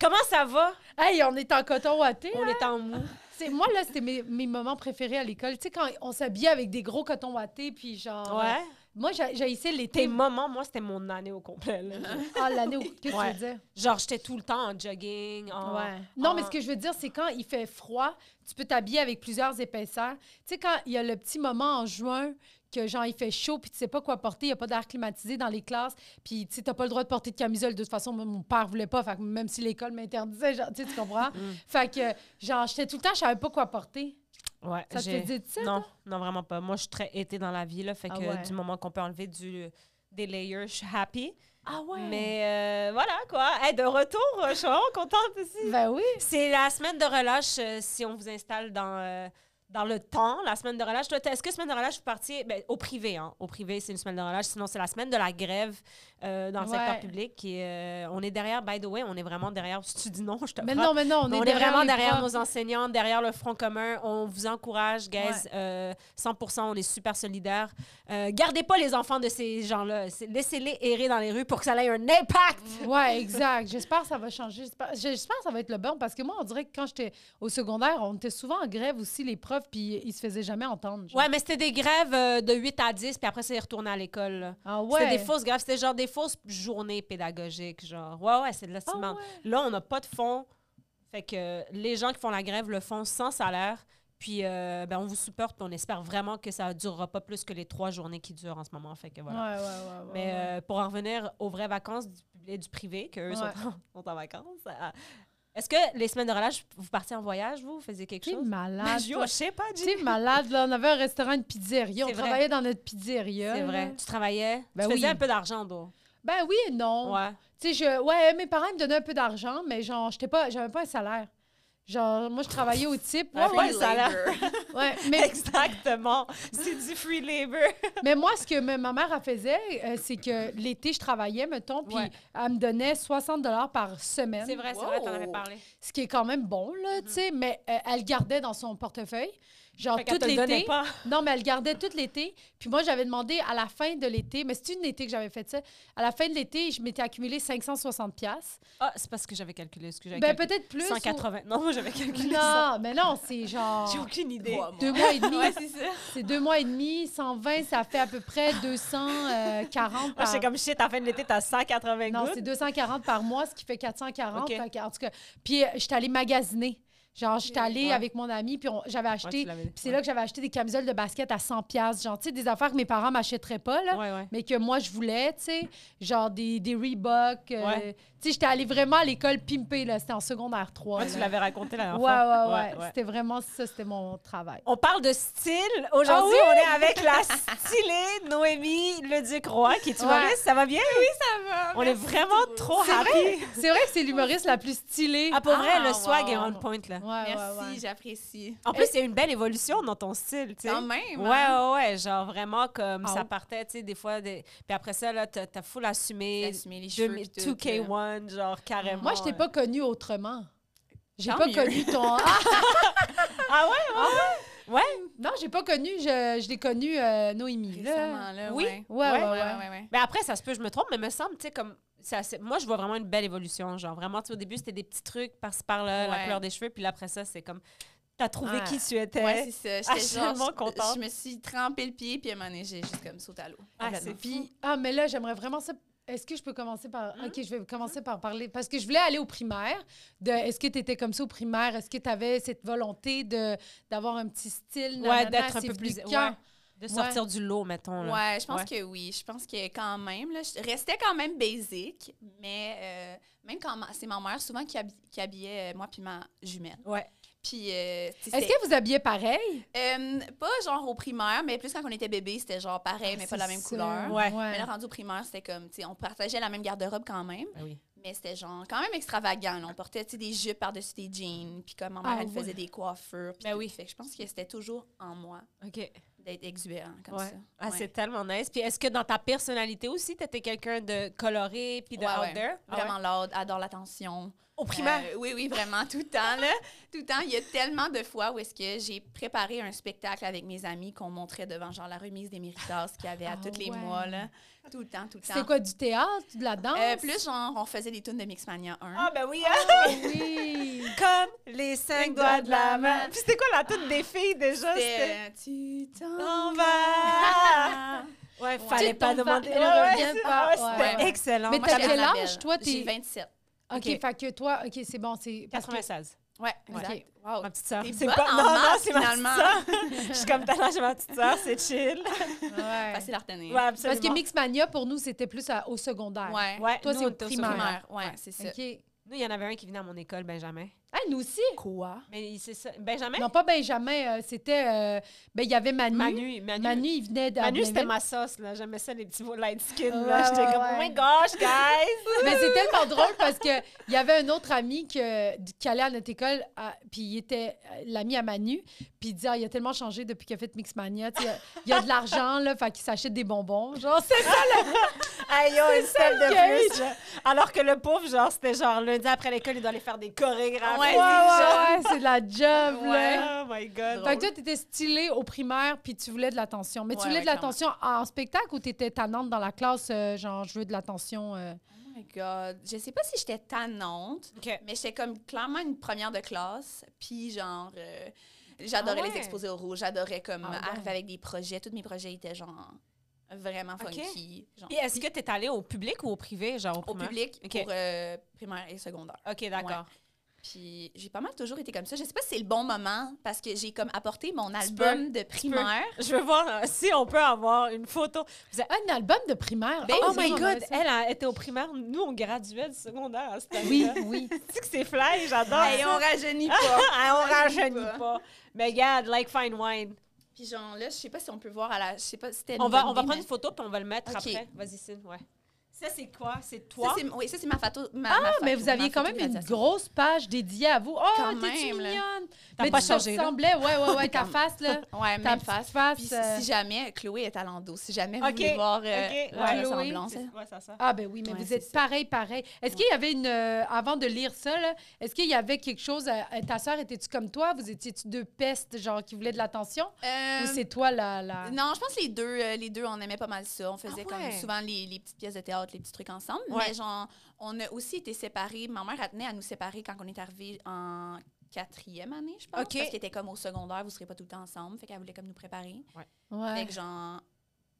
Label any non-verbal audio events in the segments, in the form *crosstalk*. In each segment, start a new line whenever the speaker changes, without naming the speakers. Comment ça va?
Hey, on est en coton ouaté. hein.
On est en mou.
C'est- Moi, là, c'était mes, mes moments préférés à l'école. Tu sais, quand on s'habillait avec des gros cotons ouatés, puis genre. euh,
Ouais.
Moi, j'a- j'haïssais
Tes
l'été.
moments, moi, c'était mon année au complet. là.
Ah, l'année où. Qu'est-ce que
Ouais.
tu veux dire?
Genre, j'étais tout le temps en jogging. en-
Non,
en-
mais ce que je veux dire, c'est quand il fait froid, tu peux t'habiller avec plusieurs épaisseurs. Tu sais, quand il y a le petit moment en juin que, genre, il fait chaud, puis tu sais pas quoi porter, il n'y a pas d'air climatisé dans les classes, puis tu sais, t'as pas le droit de porter de camisole. De toute façon, moi, mon père voulait pas, fait que même si l'école m'interdisait, genre, tu sais, tu comprends?
Mm.
Fait que, genre, j'étais tout le temps, je savais pas quoi porter.
Ouais,
Ça te
j'ai-
fait dire de ça?
Non, non, vraiment pas. Moi, je suis très été dans la vie, là. Fait
Ah
que
ouais.
du moment qu'on peut enlever du, des layers, je suis happy.
Ah ouais?
Mais euh, voilà, quoi. Hey, de retour, euh, je suis vraiment contente ici.
Ben oui.
C'est la semaine de relâche euh, si on vous installe dans, euh, dans le temps, la semaine de relâche. Toi, t'es- Est-ce que semaine de relâche, vous partiez ben, au privé? Hein? Au privé, c'est une semaine de relâche. Sinon, c'est la semaine de la grève euh, dans le
Ouais.
secteur public. Et, euh, on est derrière, by the way, on est vraiment derrière. Si tu dis non, je te
Mais
frappe. Ben,
non, mais non, on,
On, est,
derrière
vraiment
les
derrière
profs.
nos enseignants, derrière le Front commun. On vous encourage, guys.
Ouais.
Euh, 100 on est super solidaires. Euh, gardez pas les enfants de ces gens-là. C'est- Laissez-les errer dans les rues pour que ça ait un impact.
Ouais, exact. J'espère que ça va changer. J'espère j'espère que ça va être le bon parce que moi, on dirait que quand j'étais au secondaire, on était souvent en grève aussi, les profs, puis ils se faisaient jamais entendre. genre.
Ouais, mais c'était des grèves euh, de 8 à 10, puis après, c'est retourné à l'école. là.
Ah
C'était
ouais.
des fausses grèves. C'était genre des fausses journées pédagogiques. Genre, ouais, ouais, c'est de
Ah
l'estimant.
ouais.
Là, on n'a pas de fonds. Fait que euh, les gens qui font la grève le font sans salaire. Puis, euh, ben, on vous supporte. puis on espère vraiment que ça ne durera pas plus que les trois journées qui durent en ce moment. Fait que voilà.
Ouais, ouais, ouais, ouais,
Mais
ouais.
euh, pour en revenir aux vraies vacances du public, du privé, qu'eux
Ouais.
sont, en- *laughs* sont en vacances, euh, est-ce que les semaines de relâche, vous partiez en voyage, vous? Vous faisiez quelque
T'es
chose? *laughs*
malade.
Gio,
toi.
je sais pas, Gio.
T'es malade, là. On avait un restaurant, une pizzeria. On
C'est vrai.
travaillait dans notre pizzeria.
C'est
là.
vrai. Tu travaillais?
Ben
tu faisais
oui.
un peu d'argent, donc.
Ben oui et non.
Ouais.
Tu sais, je... ouais, mes parents ils me donnaient un peu d'argent, mais genre, j'étais pas... j'avais pas un salaire. Genre, moi, je travaillais au type. Ouais,
Ah,
ouais,
free labor.
ouais. Mais
*laughs* Exactement. C'est du free
*laughs*
labor.
Mais moi, ce que me- ma mère elle faisait, euh, c'est que l'été, je travaillais, mettons, puis
Ouais.
elle me donnait 60 dollars par
C'est
semaine,
vrai, c'est vrai, t'en avais
Wow.
parlé.
ce qui est quand même bon, là, tu sais, mais euh, elle gardait dans son portefeuille, genre
Fait qu'elle
tout
te le donnait
l'été.
pas.
Non, mais elle gardait tout l'été. Puis moi, j'avais demandé à la fin de l'été, mais c'est une été que j'avais fait ça, à la fin de l'été, je m'étais accumulé 560 pièces.
Ah, c'est parce que j'avais calculé ce que j'avais
Ben
calculé.
peut-être plus. ou-
180. Non, moi, j'avais calculé ça.
*laughs* Non, mais non, c'est genre
J'ai aucune idée.
Trois mois.
deux mois et demi.
Ouais, c'est ça.
c'est deux mois et demi, 120, ça fait à peu près 240
Ah,
par
j'étais comme shit, à la fin de l'été, t'as 180
Non,
gouttes.
c'est 240 par mois, ce qui fait 440.
Ok.
Fait que, en tout cas, puis euh, j'étais allée magasiner. Genre, j'étais allée
Ouais.
avec mon ami, puis on- j'avais
Ouais,
acheté...
tu l'avais-
puis c'est là que j'avais acheté des camisoles de basket à 100 pièces, genre, tu sais, des affaires que mes parents m'achèteraient pas, là,
Ouais, ouais.
mais que moi, je voulais, tu sais, genre des, des Reebok. euh,
Ouais.
Tu sais, j'étais allée vraiment à l'école pimpée, là, c'était en secondaire 3.
Moi, tu l'avais raconté la
ouais,
dernière
ouais,
fois.
ouais, C'était vraiment ça, c'était mon travail.
On parle de style. Aujourd'hui,
Ah
on est avec la stylée Noémie Leduc-Roy, qui est humoriste.
Ouais.
Ça va bien?
Ça va,
on est
merci
vraiment
beaucoup.
trop happy.
C'est vrai que c'est l'humoriste la plus stylée.
Ah, pour vrai,
Ah,
le swag
wow.
est on point, là.
Ouais, Ah, ouais,
Merci,
ouais.
j'apprécie.
En plus, il y a une belle évolution dans ton style, tu sais.
Quand même.
Ah, Ouais,
hein?
ouais, ouais, genre vraiment comme
Ah
ça
ouais.
partait, tu sais, des fois, des... puis après ça, là, t'as t'as full assumé,
Assumer les cheveux.
2000
puis tout, là.
2K1, genre carrément.
Moi, je t'ai pas connue autrement. J'ai
Tant
pas
mieux. *laughs*
connu ton...
Ah ouais, ouais, ouais. Ouais.
Non, j'ai pas connu, je, je l'ai connu euh, Noémie. Là.
Récemment, là,
Oui.
ouais.
Ouais, ouais,
Ouais,
ouais.
ouais, ouais.
Mais Ben après, ça se peut, je me trompe, mais me semble, tu sais, comme. ça, c'est- moi, je vois vraiment une belle évolution. Genre, vraiment, tu sais, au début, c'était des petits trucs par-ci par-là, la
Ouais.
couleur des cheveux, puis là, après ça, c'est comme. T'as trouvé
Ah.
qui tu étais.
Ouais, c'est ça.
Ah, je
J'étais
suis
genre,
tellement
je-
contente.
Je me suis trempé le pied, puis à un moment donné, j'ai juste comme sauté à l'eau.
Ah,
complètement.
c'est
Puis, ah, mais là, j'aimerais vraiment ça. Est-ce que je peux commencer par.
Hein?
OK, je vais commencer par parler. Parce que je voulais aller au primaire. De, est-ce que tu étais comme ça au primaire? Est-ce que tu avais cette volonté de, d'avoir un petit style?
Ouais,
nanana,
d'être un
c'est
peu
venu
plus.
quand?
ouais, de sortir du lot, mettons. Là.
Ouais, je pense
Ouais.
que oui. Je pense que quand même, là, je restais quand même basic, mais euh, même quand ma- c'est ma mère souvent qui, habi- qui habillait euh, moi puis ma jumelle.
Ouais.
Puis, euh, tu sais,
Est-ce que vous habillez pareil?
euh, pas genre au primaire, mais plus quand on était bébé, c'était genre pareil, mais pas la même
C'est ça.
couleur.
Ouais.
Mais là, rendu au primaire, c'était comme, tu sais, on partageait la même garde-robe quand même.
Ben oui.
Mais c'était genre quand même extravagant. là. On portait tu sais, des jupes par-dessus des jeans. Puis comme ma mère,
Ah
elle
ouais.
faisait des coiffures. puis
Ben
tout.
oui.
Fait que je pense que c'était toujours en moi
OK.
d'être exubérant comme
Ouais.
ça.
Ah,
Ouais.
c'est tellement nice. Puis est-ce que dans ta personnalité aussi, t'étais quelqu'un de coloré puis de
Ouais,
out
ouais.
there? Ah ouais?
Vraiment loud, adore l'attention.
Au primaire?
Euh, oui, oui, vraiment, tout le temps, là. Tout le temps, il y a tellement de fois où est-ce que j'ai préparé un spectacle avec mes amis qu'on montrait devant, genre, la remise des méritas qu'il y avait à
Ah
tous les
ouais.
mois, là. Tout le temps, tout le
C'était
temps.
quoi, du théâtre, de la danse?
Euh, plus, genre, on faisait des tunes de Mixmania 1.
Ah, ben oui, hein?
*laughs*
Ah oui!
Comme les cinq doigts de la main. Puis c'était quoi la toute des filles déjà? C'était.
C'était... euh, Tu t'en
On va!
vas.
*laughs* Ouais,
Ouais.
fallait
Tu
pas
tombes
demander.
pas, elle revient
c'est-
pas.
ah ouais, c'était
Ouais.
excellent.
Mais
Moi,
t'as
j'avais-
quel
Annabelle.
âge, toi, t'es-
J'ai 27.
OK,
OK.
fait que toi, OK, c'est bon, c'est... parce que-
96.
Ouais,
Ouais. Ok.
exact. Wow.
Ma petite sœur.
T'es
C'est
bonne
pas.
en
Non, non,
maths,
c'est ma petite
finalement.
sœur. *laughs* Je suis comme talent, j'ai ma petite sœur, c'est chill.
*laughs* Ouais.
Facile à retenir.
Ouais, absolument.
Parce que Mixmania, pour nous, c'était plus à- au secondaire.
Ouais.
Ouais,
Toi,
nous,
c'est
on était au
primaire.
Primaire, ouais, c'est ça.
OK.
Nous, il y en avait un qui venait à mon école, Benjamin.
Ah, nous aussi?
Quoi?
Mais il- c'est ça. Benjamin?
Non, pas Benjamin, euh, c'était... euh, ben, il y avait Manu.
Manu. Manu.
Manu, il venait de...
Manu,
Manu,
c'était ma sauce, là. J'aimais ça, les petits mots light skin,
Ouais,
là. J'étais
ouais,
comme, oh
ouais.
my gosh, *laughs* guys!
Mais c'est tellement drôle parce que il y avait un autre ami que, qui allait à notre école, à- puis il était euh, l'ami à Manu, puis il disait Ah, il a tellement changé depuis qu'il a fait Mixmania. tu sais, Il y a de l'argent, là, fait qu'il s'achète des bonbons. Genre, c'est ça.
Aïe, yo, une step
qu'il y a
de plus, là. Alors que le pauvre, genre, c'était genre lundi après l'école, il doit aller faire des chorégraphies.
Ouais,
Ouais, ouais, ouais, c'est de la job,
Ouais.
là.
Oh my god.
Fait que toi, t'étais stylée au primaire, puis tu voulais de l'attention. Mais tu
Ouais,
voulais
ouais,
de l'attention en spectacle ou t'étais tannante dans la classe, euh, genre, je veux de l'attention? euh?
Oh my God. Je sais pas si j'étais tannante,
OK.
mais j'étais comme clairement une première de classe. Puis genre, euh, j'adorais
Ah ouais?
les exposés oraux, j'adorais comme
Ah ouais.
arriver avec des projets. Tous mes projets étaient genre vraiment
OK.
funky. genre,
Puis est-ce que t'es allée au public ou au privé, genre au,
au
primaire?
public
OK.
pour euh, primaire et secondaire.
OK, d'accord.
Puis j'ai pas mal toujours été comme ça. Je sais pas si c'est le bon moment parce que j'ai comme apporté mon
peux.
album de primaire.
Je veux voir euh, si on peut avoir une photo.
Un album de primaire.
Ben
Ah,
oh
oui,
my
on
god,
avait ça.
elle a été au primaire. Nous, on graduait du secondaire à cette
Oui,
année-là.
*laughs* oui.
Tu que c'est fly, j'adore.
Hey, on rajeunit pas.
Ah, on
rajeunit
rajeunit pas. Mais regarde, like fine wine.
Puis genre là, je sais pas si on peut voir à la. Je sais pas si c'était. une
On va,
bonne
on va
idée,
prendre
mais-
une photo puis on va le mettre
Ok.
après. Vas-y, Cine, ouais. Ça, c'est quoi? C'est
Ça,
toi?
c'est- oui, ça, c'est ma photo. ma-
Ah,
ma photo-
mais vous
ma
aviez quand
photo
même
de
une
graduation.
grosse page dédiée à vous. Oh,
Quand
t'es-tu
même, là.
mignonne!
T'as
mais
pas
tu
changé, là.
ressemblais, ouais, ouais, ouais, ta
Comme-
face, là. Ta
Ouais, même
petite
face.
face.
Puis si-
euh,
si jamais Chloé est à l'ando, si jamais vous
Ok,
voulez voir euh,
Ok,
la
ouais.
Chloé,
ressemblance.
C'est- ouais, ça, ça.
Ah, ben oui, mais
Ouais,
vous
c'est
êtes
ça.
pareil, pareil. Est-ce qu'il y avait une. euh, avant de lire ça, là, est-ce qu'il y avait quelque chose. à- à- ta sœur, étais-tu comme toi? Vous étiez-tu deux pestes, genre, qui voulaient de l'attention? Ou
Euh,
c'est toi, la. la...
non, je pense que les deux, euh, les deux, on aimait pas mal ça. On faisait
Ah ouais.
comme souvent les, les petites pièces de théâtre, les petits trucs ensemble.
Ouais.
Mais genre, on a aussi été séparés. Ma mère elle tenait à nous séparer quand on est arrivé en quatrième année, je pense.
Ok.
Parce qu'elle était comme au secondaire, vous serez pas tout le temps ensemble. Fait qu'elle voulait comme nous préparer.
Ouais.
Fait que genre,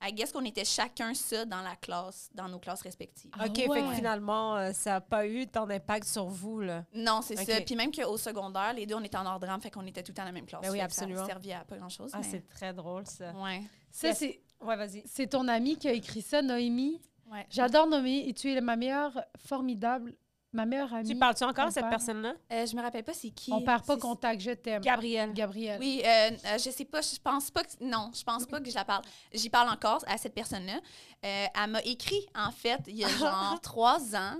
I guess qu'on était chacun ça dans la classe, dans nos classes respectives.
Ah
ok, fait que
ouais.
finalement, euh, ça n'a pas eu ton impact sur vous, là.
Non, c'est
Ok.
ça. Puis même qu'au secondaire, les deux, on était en ordre rampe, fait qu'on était tout le temps dans la même classe.
Ben oui,
Fait que
absolument.
Ça servait à pas grand-chose.
Ah,
mais-
c'est très drôle, ça.
Ouais.
Ça,
Yes.
c'est,
Ouais, vas-y.
c'est ton amie qui a écrit ça, Noémie.
ouais.
J'adore Noémie et tu es ma meilleure, formidable, ma meilleure amie.
Tu parles-tu encore à cette
compare.
personne-là?
Euh, je me rappelle pas c'est qui.
On perd pas
C'est-
contact, je t'aime.
Gabrielle.
Gabrielle.
Oui, euh, euh, je sais pas, je pense pas que. Non, je pense pas que je la parle. J'y parle encore à cette personne-là. Euh, elle m'a écrit, en fait,
*laughs*
il y a genre trois ans.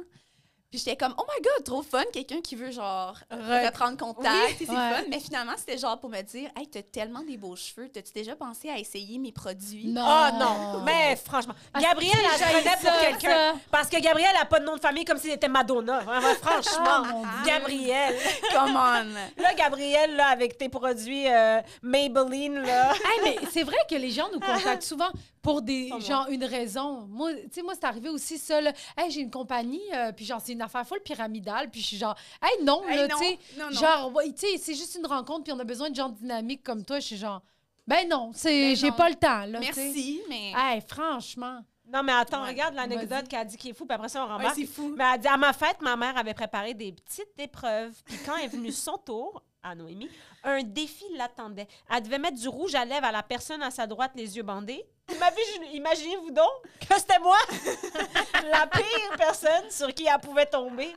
Puis j'étais comme, oh my god, trop fun, quelqu'un qui veut genre
Re-
reprendre contact, c'est
Ouais.
fun. Mais finalement, c'était genre pour me dire, hey, t'as tellement des beaux cheveux, t'as-tu déjà pensé à essayer mes produits?
Non.
Ah non, mais franchement,
Ah,
Gabrielle, elle
j'haïs
prenait pour
ça, Ah,
quelqu'un.
ça.
Parce que Gabrielle a pas de nom de famille comme si c'était Madonna. Vraiment,
Ah,
Franchement,
mon Dieu.
Gabrielle.
*laughs* Come on!
Là, Gabrielle, là, avec tes produits euh, Maybelline, là.
Hey, mais c'est vrai que les gens nous contactent souvent pour des
Pas moi.
genre une raison. Moi, tu sais, moi c'est arrivé aussi ça. là. Hey, j'ai une compagnie, euh, puis genre c'est une affaire folle pyramidale, puis je suis genre, hey non,
Hey,
là,
non,
tu sais,
non, non.
genre, ouais, tu sais, c'est juste une rencontre, puis on a besoin de gens dynamiques comme toi. Je suis genre, ben non, c'est,
Ben
j'ai
non.
pas le temps là. tu sais. Ah,
Merci, mais.
Hey, franchement.
Non, mais attends,
Ouais,
regarde
vas-y.
l'anecdote qu'elle a dit qui est fou, puis après ça, on
Ouais,
remarque.
c'est fou.
mais Ben, elle dit, à ma fête, ma mère avait préparé des petites épreuves. Puis quand est venu son tour, à Noémie, un défi l'attendait. Elle devait mettre du rouge à lèvres à la personne à sa droite, les yeux bandés. Imagine- Imaginez-vous donc que c'était moi, *laughs* la pire personne sur qui elle pouvait tomber.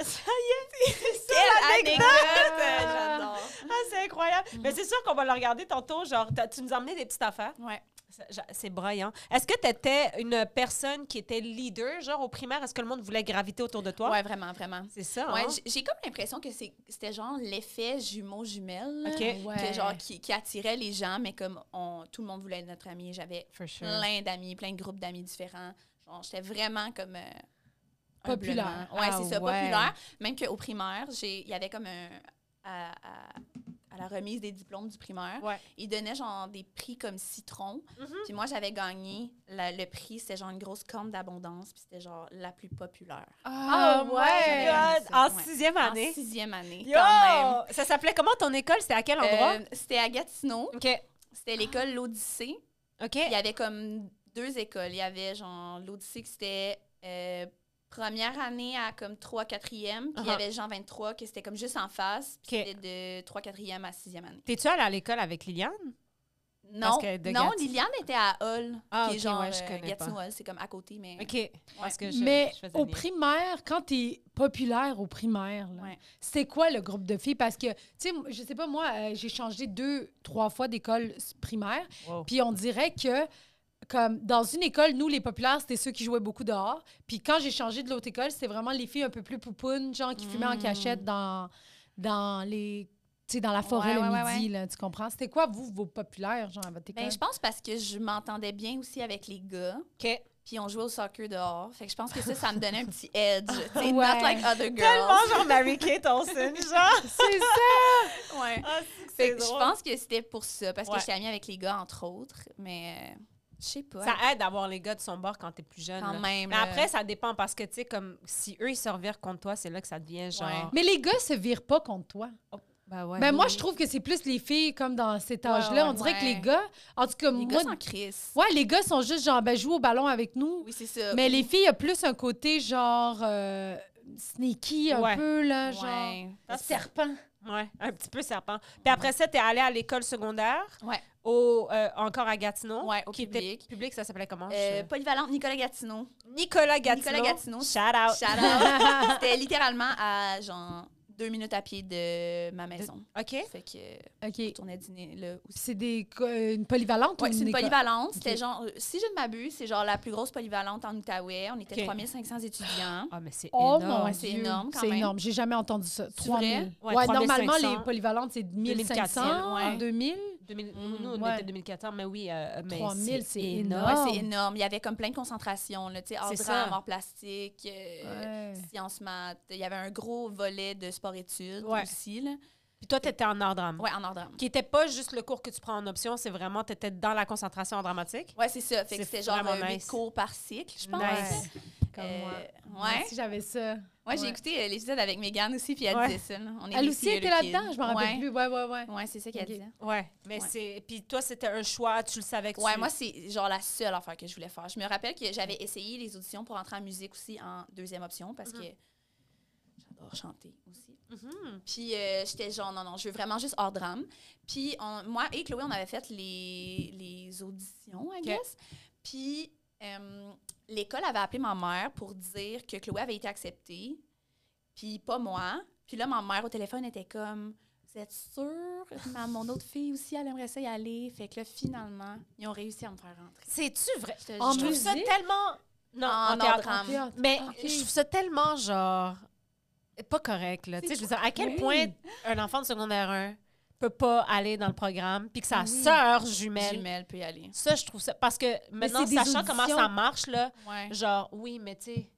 Ça y est, c'est ça
Quelle
l'anecdote!
anecdote! J'adore.
Ah, c'est incroyable. Mais c'est sûr qu'on va le regarder tantôt. Genre, t'as- tu nous as emmené des petites affaires.
Ouais.
Ça- j'a- C'est brayant. Est-ce que tu étais une personne qui était leader, genre au primaire? Est-ce que le monde voulait graviter autour de toi?
Ouais, vraiment, vraiment.
C'est
Ah,
ça,
Ouais,
hein?
j- j'ai comme l'impression que c'est- c'était genre l'effet jumeau-jumelle.
OK.
Ouais.
genre, qui, qui attirait les gens, mais comme on, tout le monde voulait être notre ami, j'avais
For sure.
Euh,
plein d'amis, plein de groupes d'amis différents. Genre, j'étais vraiment comme. euh,
Populaire.
humblement. Ouais,
Ah,
c'est ça,
ouais.
populaire. Même qu'au primaire, j'ai- il y avait comme un. À, à- à la remise des diplômes du primaire,
Ouais.
ils donnaient genre des prix comme citron.
Mhm.
Mm-hmm.
Puis moi, j'avais gagné la- le prix, c'était genre une grosse corne d'abondance, puis c'était genre la plus populaire.
Ah,
Oh my
ouais!
God! En
Ouais.
sixième année?
En sixième année,
Yo!
quand même.
Ça s'appelait comment ton école? C'était à quel endroit?
Euh, c'était à Gatineau.
OK.
C'était l'école L'Odyssée.
OK.
Il y avait comme deux écoles. Il y avait genre l'Odyssée qui c'était euh, première année à comme 3 quatrième. Puis il y
Uh-huh.
avait Jean 23 qui c'était comme juste en face. Puis
Ok.
c'était de 3 quatrième à 6e année.
T'es-tu allée à l'école avec Liliane?
Non,
que de
non
Gatineau-
Liliane était à Hull.
Ah,
qui
ok,
est genre
ouais, je
euh,
connais pas.
Gatineau-Hull, c'est comme à côté, mais... ben,
OK. Parce que je,
Mais
je faisais
au
bien.
primaire, quand tu es populaire au primaire, là,
Ouais.
c'était quoi le groupe de filles? Parce que, tu sais, moi, je sais pas, moi, euh, j'ai changé deux, trois fois d'école s- primaire.
Wow.
Puis on dirait que, comme dans une école, nous, les populaires, c'était ceux qui jouaient beaucoup dehors. Puis quand j'ai changé de l'autre école, c'était vraiment les filles un peu plus poupounes, genre qui fumaient en
Mm.
cachette dans, dans les. Tu sais, dans la forêt
Ouais,
le
ouais, ouais,
midi, là, tu comprends? C'était quoi, vous, vos populaires, genre, à votre école?
Ben, je pense parce que je m'entendais bien aussi avec les gars.
OK.
Puis on jouait au soccer dehors. Fait que je pense que ça, ça me donnait un petit edge. tu sais, Not
Ouais.
like other girls.
Tellement genre Mary-Kate *laughs* Olsen, genre!
C'est ça!
Ouais.
*laughs* Ah, c'est que
Fait
c'est
que je
drôle.
pense que c'était pour ça, parce
Ouais.
que j'étais amie avec les gars, entre autres, mais euh, je sais pas.
Ça aide d'avoir les gars de son bord quand t'es plus jeune.
quand
là.
même.
Mais
euh, là.
après, ça dépend parce que, tu sais, comme si eux, ils se revirent contre toi, c'est là que ça devient genre.
Ouais.
Mais les gars se virent pas contre toi.
bah
Ben ouais.
Ben moi, je trouve que c'est plus les filles, comme dans cet âge-là.
ouais,
on dirait que
ouais.
les gars, en tout cas,
les
moi,
gars sont crise.
ouais, les gars sont juste genre, ben, joue au ballon avec nous.
Oui, c'est ça.
Mais les filles, il y a plus un côté genre euh, sneaky, un
Ouais.
peu, là,
Ouais. Ah,
genre.
Ça, c'est-
Serpent.
Ouais, un petit peu serpent. Puis après ça, t'es allé à l'école secondaire,
Ouais.
au, euh, encore à Gatineau.
Ouais, au
qui était-
public.
public, ça s'appelait comment?
Euh,
Je-
polyvalente Nicolas Gatineau.
Nicolas Gatineau.
Nicolas Gatineau.
Shout
Ah.
out.
Shout
*laughs*
out. C'était littéralement à genre deux minutes à pied de ma maison.
OK.
Fait que euh,
OK.
je tournais dîner là aussi.
C'est des, co- euh, une polyvalente
Ouais,
ou
c'est une
école?
polyvalente. C'était
Ok.
genre, euh, si je ne m'abuse, c'est genre la plus grosse polyvalente en Outaouais. On était
Ok.
3500 étudiants.
Ah, mais c'est
Oh
énorme.
mon
c'est
Dieu.
énorme quand
C'est
même.
énorme. J'ai jamais entendu ça.
C'est
3000.
vrai? Ouais,
Ouais,
3500.
normalement, les polyvalentes, c'est 1500,
2400,
ouais.
2000.
2000
Mm,
nous, on
ouais.
était 2014, mais oui. euh, mais
3000, c'est
Ouais,
énorme.
c'est énorme. Il y avait comme plein de concentrations, là, tu sais, art
C'est
drame,
ça.
art plastique, euh,
Ouais.
sciences maths. Il y avait un gros volet de sport-études
Ouais.
aussi, là.
Puis toi, t'étais en art drame.
Ouais, en art drame.
Qui était pas juste le cours que tu prends en option, c'est vraiment, t'étais dans la concentration en dramatique.
Ouais, c'est ça. Fait que
C'est
c'était genre
vraiment
euh, huit
nice.
cours par cycle, je pense.
Nice.
Comme
Euh,
moi.
ouais.
Moi aussi, j'avais ça.
Ouais, j'ai
Ouais.
écouté euh, l'épisode avec Megan aussi, puis elle
Ouais.
disait ça. là. On est
Elle
des
aussi était
serial
là-dedans,
kids.
je m'en rappelle
Ouais.
plus. Ouais, ouais, ouais.
Ouais, c'est ça qu'elle
Ok.
disait.
Ouais. Mais
Ouais.
c'est. Puis toi, c'était un choix, tu le savais que
Ouais,
tu-
moi, c'est genre la seule affaire que je voulais faire. Je me rappelle que j'avais essayé les auditions pour entrer en musique aussi en deuxième option parce que j'adore chanter aussi.
Mhm.
Puis euh, j'étais genre, non, non, je veux vraiment juste hors drame. Puis on- moi et Chloé, on avait fait les, les auditions, I guess. Puis euh, l'école avait appelé ma mère pour dire que Chloé avait été acceptée, puis pas moi. Puis là, ma mère au téléphone était comme, vous êtes sûre? Ma, mon autre fille aussi, elle aimerait ça y aller. Fait que là, finalement, ils ont réussi à me faire rentrer.
C'est-tu vrai?
Je te
En
je
jure.
trouve ça
musique?
tellement. Non,
En
en théâtre.
drame.
Théâtre.
Mais
Ah, ok.
je trouve ça tellement genre pas correct là. Tu sais, je veux dire, à quel
Oui.
point un enfant de secondaire 1 peut pas aller dans le programme puis que sa
Oui.
sœur Ah jumelle,
Jumelle peut y aller.
ça je trouve ça parce que maintenant
c'est des
sachant comment ça
auditions.
marche là,
Ouais.
genre oui, mais tu sais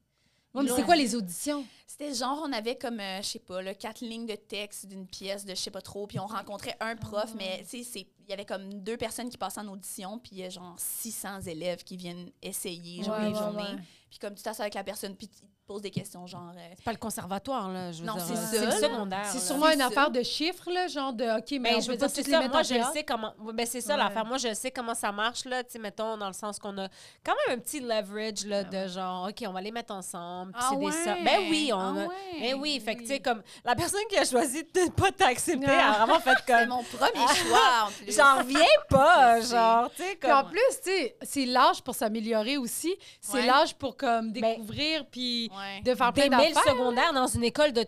Ouais, mais
Ils
c'est
l'ont-
quoi les auditions?
C'était genre, on avait comme, euh, je sais pas, là, quatre lignes de texte d'une pièce de je sais pas trop, puis on rencontrait un prof, mais tu sais, c'est- il y avait comme deux personnes qui passaient en audition, puis il y a genre 600 élèves qui viennent essayer, genre,
Ouais,
une
ouais,
journée.
ouais.
Puis comme tu t'assois avec la personne, puis tu te poses des questions, genre, euh,
c'est pas le conservatoire là, je veux
Non,
dire,
c'est
euh,
ça,
c'est le
là.
secondaire.
C'est
là.
sûrement
C'est
une
ça.
affaire de chiffres, là, genre de OK, mais,
Mais
on
je
peut
veux
pas
dire,
toutes
c'est
les
ça.
mettre
Moi,
en
je le
théâtre.
sais comment. Ben, c'est ça
Ouais.
l'affaire. Moi, je sais comment ça marche, là. Tu sais, mettons, dans le sens qu'on a quand même un petit leverage,
Ah
là, de genre, OK, on va les mettre ensemble. puis
Ah
c'est des
ouais.
sœurs. Ben oui, on
Ah
a-
ouais.
Ben oui, fait que, tu sais, comme la personne qui a choisi de ne pas t'accepter
Ah.
a vraiment
*laughs*
fait
c'est
comme.
mon premier
*laughs*
choix, en plus.
J'en reviens pas, euh,
Je sais.
genre, tu sais,
Puis en
comme.
plus, tu sais, c'est l'âge pour s'améliorer aussi. C'est
Ouais.
l'âge pour comme
Ben,
découvrir puis
Ouais.
de faire plein
T'aimer le
d'affaires.
secondaire dans une école de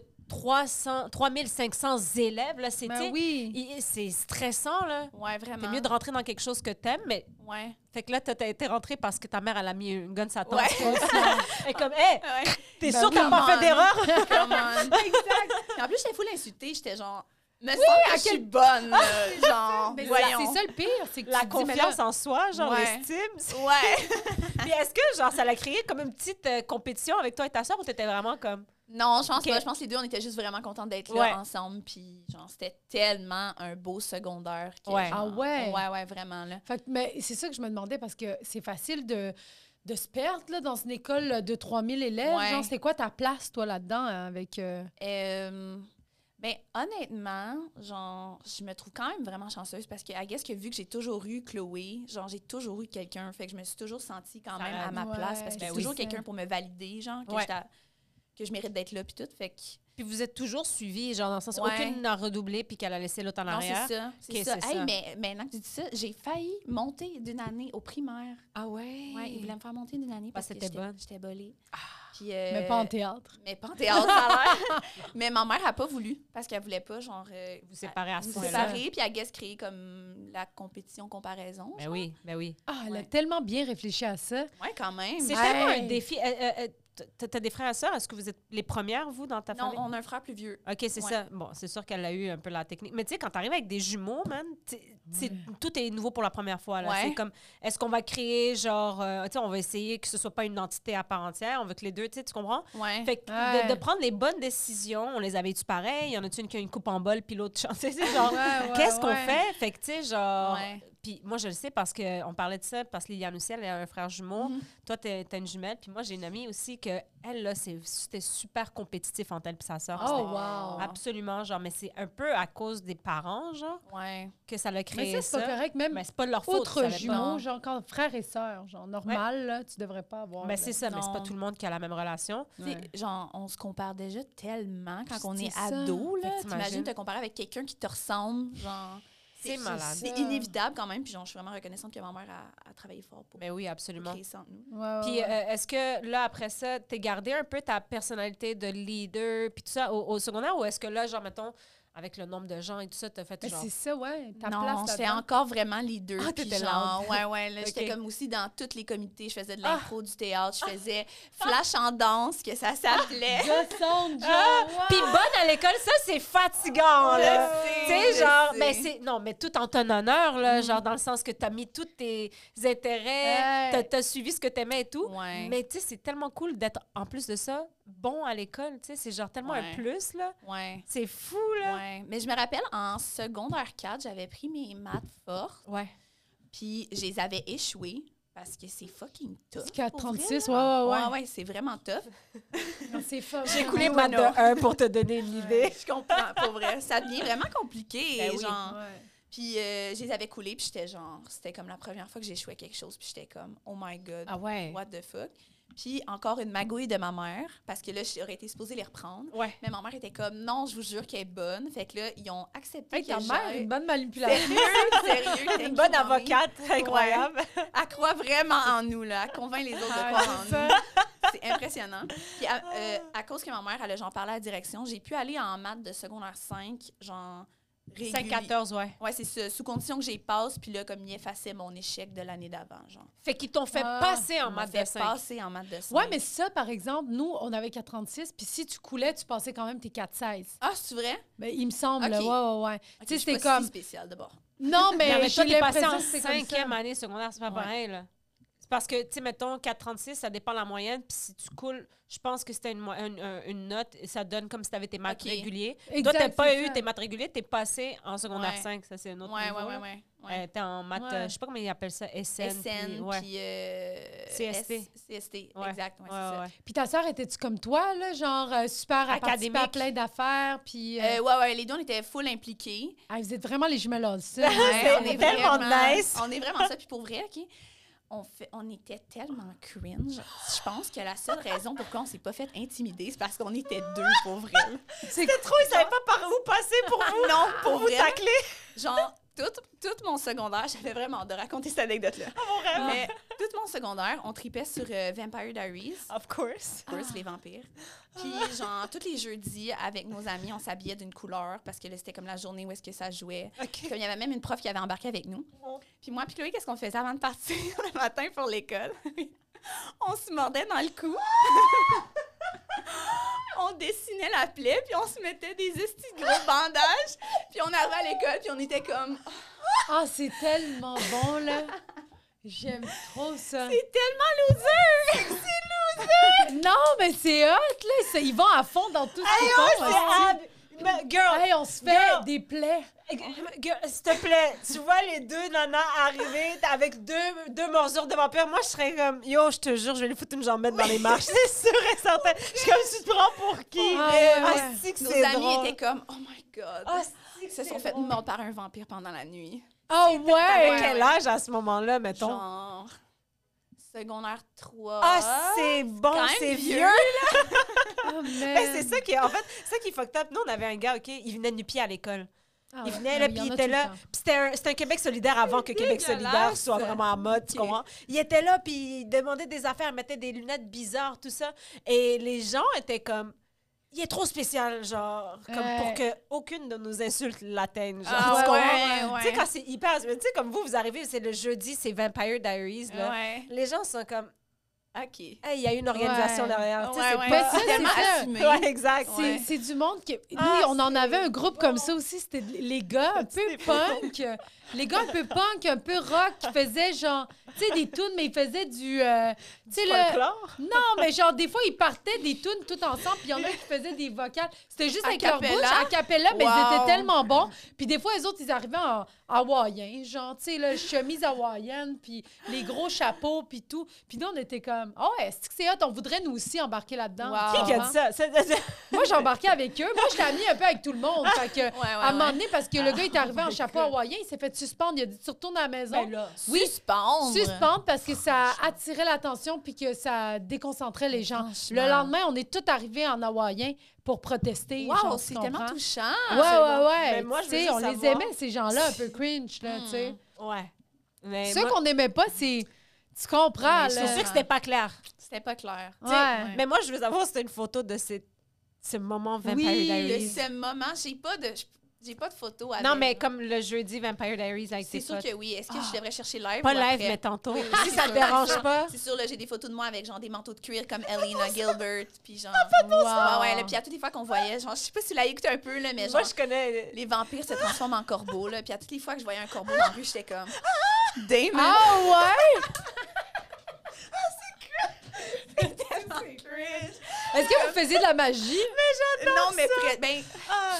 300, 3500 élèves, là, c'était...
Ben *laughs* oui.
il- C'est stressant, là.
Ouais, vraiment.
C'est mieux de rentrer dans quelque chose que t'aimes, mais...
Ouais.
Fait que là, t'as t'as été rentrée parce que ta mère, elle a mis une gun sa tante.
Ouais.
Elle est comme, hé,
*laughs* Ouais.
t'es
Ben
sûre
oui,
t'as pas
maman.
fait d'erreur?
Come on. Puis en plus, j'étais fou l'insulter. J'étais genre, me semble que
à Ah,
je suis bonne. là. genre,
Mais c'est-
voyons.
C'est ça le pire, c'est que
La
tu te dis, mais là,
confiance en soi, genre
Ouais.
l'estime.
*laughs*
Ouais.
Puis est-ce que, genre, ça l'a créé comme une petite euh, compétition avec toi et ta soeur ou t'étais vraiment comme...
Non, je pense
Ok.
pas. Je pense que les deux, on était juste vraiment contents d'être là
Ouais.
ensemble. Puis, genre, c'était tellement un beau secondaire. que,
Ouais.
genre,
Ah ouais?
Ouais, ouais, vraiment, là.
Fait que- mais c'est ça que je me demandais parce que c'est facile de, de se perdre là, dans une école de 3000 élèves.
Ouais.
Genre, c'était quoi ta place, toi, là-dedans, hein, avec. euh,
Euh, ben, honnêtement, genre, je me trouve quand même vraiment chanceuse parce que, I guess que vu que j'ai toujours eu Chloé, genre, j'ai toujours eu quelqu'un. Fait que je me suis toujours sentie quand
Ça
même à
aide.
ma
Ouais,
place parce que
ben
j'ai
oui.
toujours quelqu'un pour me valider, genre, que,
Ouais.
j'étais à- que je mérite d'être là, puis tout. Fait que,
Puis vous êtes toujours suivi, genre dans le sens
Ouais.
aucune n'a redoublé puis qu'elle a laissé l'autre en
non,
arrière.
c'est ça. C'est
Ok,
ça.
c'est
Hey,
ça.
mais maintenant que tu dis ça, j'ai failli monter d'une année au primaire.
Ah ouais.
Ouais, il voulait me faire monter d'une année parce
Ah,
que
c'était
j'étais
bonne. Ah.
j'étais bolée. Puis,
Mais
euh,
pas en théâtre.
Mais pas en théâtre, ça a l'air. *laughs* mais ma mère a pas voulu parce qu'elle voulait pas, genre, euh,
Vous séparez à ce
nous
point-là.
séparer, puis à guess créer comme la compétition comparaison.
Ben oui, ben oui.
Ah, elle a
ouais.
tellement bien réfléchi à ça.
Ouais, quand même.
C'est
Hey.
tellement un défi. Euh, euh, euh, t- t'as- T'as des frères et sœurs? Est-ce que vous êtes les premières, vous, dans ta
Non,
famille?
on a un frère plus vieux.
OK, c'est
Ouais.
ça. Bon, c'est sûr qu'elle a eu un peu la technique. Mais tu sais, quand t'arrives avec des jumeaux, man, t'sais- t'sais, tout est nouveau pour la première fois. là.
Ouais.
C'est comme, est-ce qu'on va créer, genre, euh, tu sais, on va essayer que ce soit pas une entité à part entière, on veut que les deux, tu sais, tu comprends?
Ouais.
Fait que
Ouais.
de, de prendre les bonnes décisions, on les avait-tu pareil? Y en a-tu une qui a une coupe en bol, puis l'autre, genre, *laughs* tu sais, c'est genre,
Ouais, ouais,
qu'est-ce qu'on
ouais.
fait? Fait que, tu sais, genre...
Ouais.
Puis moi, je le sais parce qu'on parlait de ça, parce que Liliane aussi, elle a un frère jumeau.
Mhm.
Toi, t'es- t'as une jumelle. Puis moi, j'ai une amie aussi que, elle, là, c'est- c'était super compétitif entre elle puis sa sœur.
Oh,
C'était
wow.
Absolument, genre, mais c'est un peu à cause des parents, genre,
Ouais.
que ça l'a créé.
Mais ça, c'est pas correct. Même
Mais c'est pas de leur faute.
autre
ça dépend.
jumeau, genre, quand frère et sœur, genre, normal, là, tu devrais pas avoir.
Mais Ben, c'est ça, mais c'est pas
Non.
tout le monde qui a la même relation.
Tu sais,
Ouais.
Genre, on se compare déjà tellement quand
C'est
on est
ça.
ado, là.
Fait que
T'imagines
t'imagines.
te comparer avec quelqu'un qui te ressemble, genre.
C'est malade.
C'est
ça.
inévitable quand même, puis genre, je suis vraiment reconnaissante que ma mère a, a travaillé fort pour
Mais oui, absolument.
créer ça entre nous.
Puis euh, est-ce que là, après ça, t'es gardé un peu ta personnalité de leader, puis tout ça, au, au secondaire, ou est-ce que là, genre, mettons, avec le nombre de gens et tout ça, t'as fait
Mais
genre...
Ben, c'est ça, ouais. Ta
non,
place *laughs*
j'étais
là-dedans.
encore vraiment les deux.
Ah,
puis
t'étais
genre, ouais, ouais, là, j'étais
Ok.
comme aussi dans tous les comités. Je faisais de
Ah.
l'impro, du théâtre, je faisais flash en danse, que ça s'appelait.
Gossante, genre,
Ah!
wow!
Puis bonne à l'école, ça, c'est fatigant, là. Ah. Tu sais,
je
genre,
sais.
mais c'est... Non, mais tout en ton honneur, là,
Mm.
genre, dans le sens que t'as mis tous tes intérêts,
Ouais.
t'as, t'as suivi ce que t'aimais et tout.
Ouais.
Mais tu sais, c'est tellement cool d'être, en plus de ça, bon à l'école, tu sais, c'est genre tellement un
Ouais.
plus, là.
Ouais.
C'est fou, là.
Ouais. Mais je me rappelle, en secondaire 4, j'avais pris mes maths fortes,
Ouais.
puis je les avais échouées parce que c'est fucking tough.
Jusqu'à
pour vrai,
36, ouais,
là.
ouais, ouais.
Ouais, ouais, c'est vraiment tough.
Non, C'est fort.
J'ai coulé
Ouais,
ma de
ouais.
1 pour te donner une idée.
Je comprends, pour vrai. Ça devient vraiment compliqué.
Ben oui.
genre.
Ouais.
Puis euh, je les avais coulées, puis j'étais genre, c'était comme la première fois que j'échouais quelque chose, puis j'étais comme, oh my god.
Ah ouais.
What the fuck? Puis encore une magouille de ma mère, parce que là, j'aurais été supposée les reprendre.
Ouais.
Mais ma mère était comme, non, je vous jure qu'elle est bonne. Fait que là, ils ont accepté
Hey,
qu'elle
ta mère, une
*laughs*
bonne manipulation. *laughs*
Sérieux, sérieux. thank
Une
you,
bonne
mommy.
avocate, incroyable.
Elle croit vraiment en nous, là. Elle convainc les autres de
Ah,
croire en
c'est
nous.
ça. Ah.
C'est impressionnant. Puis à, euh, à cause que ma mère, elle a genre parlé à la direction, j'ai pu aller en maths de secondaire 5, genre... réguli-
5-14, ouais.
Ouais, c'est ça. Sous condition que j'y passe, puis là, comme il effaçait mon échec de l'année d'avant, genre.
Fait qu'ils t'ont fait
Ah,
passer en
Il m'a
maths de
fait
5.
passer en maths de 5.
Ouais, mais ça, par exemple, nous, on avait 436, puis si tu coulais, tu passais quand même tes 416.
Ah, c'est vrai?
Ben, il me semble,
Ok.
là, ouais, ouais, ouais.
Ok,
tu
je
sais,
suis
c'était
pas si
comme.
spécial d'abord.
Non, mais,
*laughs* Non, mais toi,
j'ai
t'es passé
l'impression
en
que c'est comme
cinquième
ça.
année secondaire, c'est pas
Ouais.
pareil, là. C'est parce que, tu sais, mettons, 4,36, ça dépend de la moyenne. Puis si tu coules, je pense que c'était une, mo- une, un- une note, et ça donne comme si t'avais tes maths
Ok.
réguliers.
Exact,
Toi, t'as pas
c'est
eu
ça.
tes maths réguliers, t'es passé en secondaire
Ouais.
5. Ça, c'est un autre
Ouais,
niveau.
ouais, ouais,
là.
ouais, ouais.
Euh, t'es en maths,
Ouais.
euh, je sais pas comment ils appellent ça, SN. puis-
SN,
ouais.
puis euh,
CST.
S- CST,
Ouais.
exact. ouais,
Ouais,
c'est ça.
ouais.
Puis ta sœur, était-tu comme toi, là, genre euh, super à participer à
Académique.
plein d'affaires, puis. euh,
Euh, ouais, ouais, les deux, on était full impliqués.
ah, vous êtes vraiment les
*laughs*
jumelles hein? Olsen.
Ouais,
C'est tellement nice.
On est vraiment ça. Puis pour vrai, OK, on, fait, on était tellement cringe. Je pense que la seule raison pourquoi on s'est pas fait intimider, c'est parce qu'on était deux, pour vrai.
C'est
Trop, ils savaient pas par où passer pour vous.
non, *laughs* pour
Vous
vrai.
tacler.
Genre, Tout, tout mon secondaire, j'avais vraiment hâte de raconter cette anecdote-là. Mais tout mon secondaire, on tripait sur euh, Vampire Diaries.
Of course.
Of course, les vampires. Puis, genre, tous les jeudis, avec nos amis, on s'habillait d'une couleur parce que là, c'était comme la journée où est-ce que ça jouait.
OK.
Comme il y avait même une prof qui avait embarqué avec nous.
Oh.
Puis moi, puis Chloé, qu'est-ce qu'on faisait avant de partir *laughs* le matin pour l'école? *laughs* on se mordait dans le cou. *laughs* on dessinait la plaie, puis on se mettait des estis de gros bandages. Puis on arrivait à l'école, puis on était comme...
Ah, c'est tellement bon, là. J'aime trop
*laughs*
ça.
C'est tellement loser!
Non, mais c'est hot, là. C'est- Ils vont à fond dans tout ce qu'ils
oh,
font. aussi.
Mais, girl,
Hey, on se fait
Girl.
des plaies.
Girl, S'il te plaît, tu vois les deux nanas arriver avec deux, deux morsures de vampire. Moi, je serais comme, yo, je te jure, je vais lui foutre une jambette dans les marches. C'est sûr et certain. Je suis comme, tu te prends pour qui?
Ah, ouais,
Ah,
ouais.
c'est que
Nos
c'est
amis
drôle.
étaient comme, oh my god.
Ah,
Ils se sont fait mordre par un vampire pendant la nuit.
Oh,
T'avais
ouais!
quel âge à ce moment-là, mettons?
Genre, secondaire 3.
Ah, c'est bon,
quand même
c'est
vieux.
vieux.
Ah,
Mais
man.
Ben, c'est ça qui est, en fait, ça qui est fucked up. Nous, on avait un gars, OK, il venait nu pied à l'école.
Ah,
Il
ouais.
venait,
Non,
là,
mais
puis
il y
il
en a
était
tout le
là.
temps.
Puis c'était un, c'était un Québec solidaire avant que Québec solidaire
dégueulasse.
soit vraiment en mode, tu
Ok.
comprends? Il était là, puis il demandait des affaires, il mettait des lunettes bizarres, tout ça. Et les gens étaient comme... Il est trop spécial, genre, comme pour
Ouais.
que aucune de nos insultes l'atteigne. Genre,
Ah,
tu
ouais,
comprends?
ouais.
Tu sais, quand c'est hyper... Tu sais, comme vous, vous arrivez, c'est le jeudi, c'est Vampire Diaries, là.
Ouais.
Les gens sont comme...
OK.
Hey, il y a une organisation
Ouais.
derrière. Ah, tu sais, c'est
Ouais, ouais.
pas-
Mais
C'est
ça,
*laughs*
tellement
c'est ça.
assumé.
Ouais, exact.
C'est,
Ouais.
c'est du monde qui. Nous,
Ah,
on en avait
c'est
un groupe
bon.
comme ça aussi. C'était les gars un peu punk. euh, Les gars un peu punk, un peu rock, qui faisaient genre. Tu sais, des tunes, mais ils faisaient du. euh, tu sais,
C'est
le.
folklore.
Non, mais genre, des fois, ils partaient des tunes tout ensemble, puis il y en a qui faisaient des vocales. C'était juste avec leur
Acapella?
bouche, à capella, mais
Wow.
ils étaient tellement bons. Puis des fois, les autres, ils arrivaient en hawaïen, genre, tu sais, là, chemise hawaïenne, puis les gros chapeaux, puis tout. Puis nous, on était comme, oh, est-ce que c'est hot? On voudrait nous aussi embarquer là-dedans.
Wow.
Tu
Qui a
comprends?
dit ça? C'est- c'est- c'est-
Moi, j'embarquais avec eux. Moi, j'étais amie un peu avec tout le monde. Fait que,
Ah, Ouais, ouais,
à un moment
ouais.
donné, parce que le gars est arrivé en chapeau hawaïen, il s'est fait suspendre. Il a dit Tu retournes à la maison.
Ben,
Oui,
Suspendre.
suspendre parce que
Ah,
ça attirait l'attention puis que ça déconcentrait les gens.
Franchement.
Le lendemain, on est tous arrivés en hawaïen pour protester.
Wow,
genre, tu
c'est tellement
comprends?
touchant.
Ouais, ouais, ouais.
Mais Ben, moi, je veux
Tu sais,
juste
on les
savoir-
aimait, ces gens-là, un peu cringe. Là, tu sais.
Ouais. Mais
Ceux
Ben, moi-
qu'on n'aimait pas, c'est. Tu comprends,
Oui,
c'est
là.
sûr que c'était pas clair.
C'était pas clair.
tu sais.
Ouais.
Mais moi, je veux savoir si t'as une photo de ces- ce moment Vampire
Oui,
De
Diaries.
ce moment, j'ai pas de j'ai pas de photo avec.
Non, mais comme le jeudi Vampire Diaries avec
c'est
tes
sûr
potes.
que oui. Est-ce que je devrais chercher live
Pas
ou
live,
après?
mais tantôt.
Oui, *laughs*
Si
c'est
ça te
sûr, c'est
dérange
sûr.
pas.
C'est sûr, là, j'ai des photos de moi avec genre des manteaux de
*laughs*
cuir comme Elena Gilbert, puis genre.
sens.
Ouais, ouais, là, puis à toutes les fois qu'on voyait, genre, je sais pas si tu l'as écouté un peu, là, mais genre,
Moi, je connais.
les vampires se transforment en corbeaux, là, puis à toutes les fois que je voyais un corbeau dans la rue,
*laughs*
j'étais comme. Damon!
Ah ouais? *laughs* Ah,
tellement cringe.
Est-ce que vous faisiez de la magie?
Non, mais prêt. Ben,
Ah,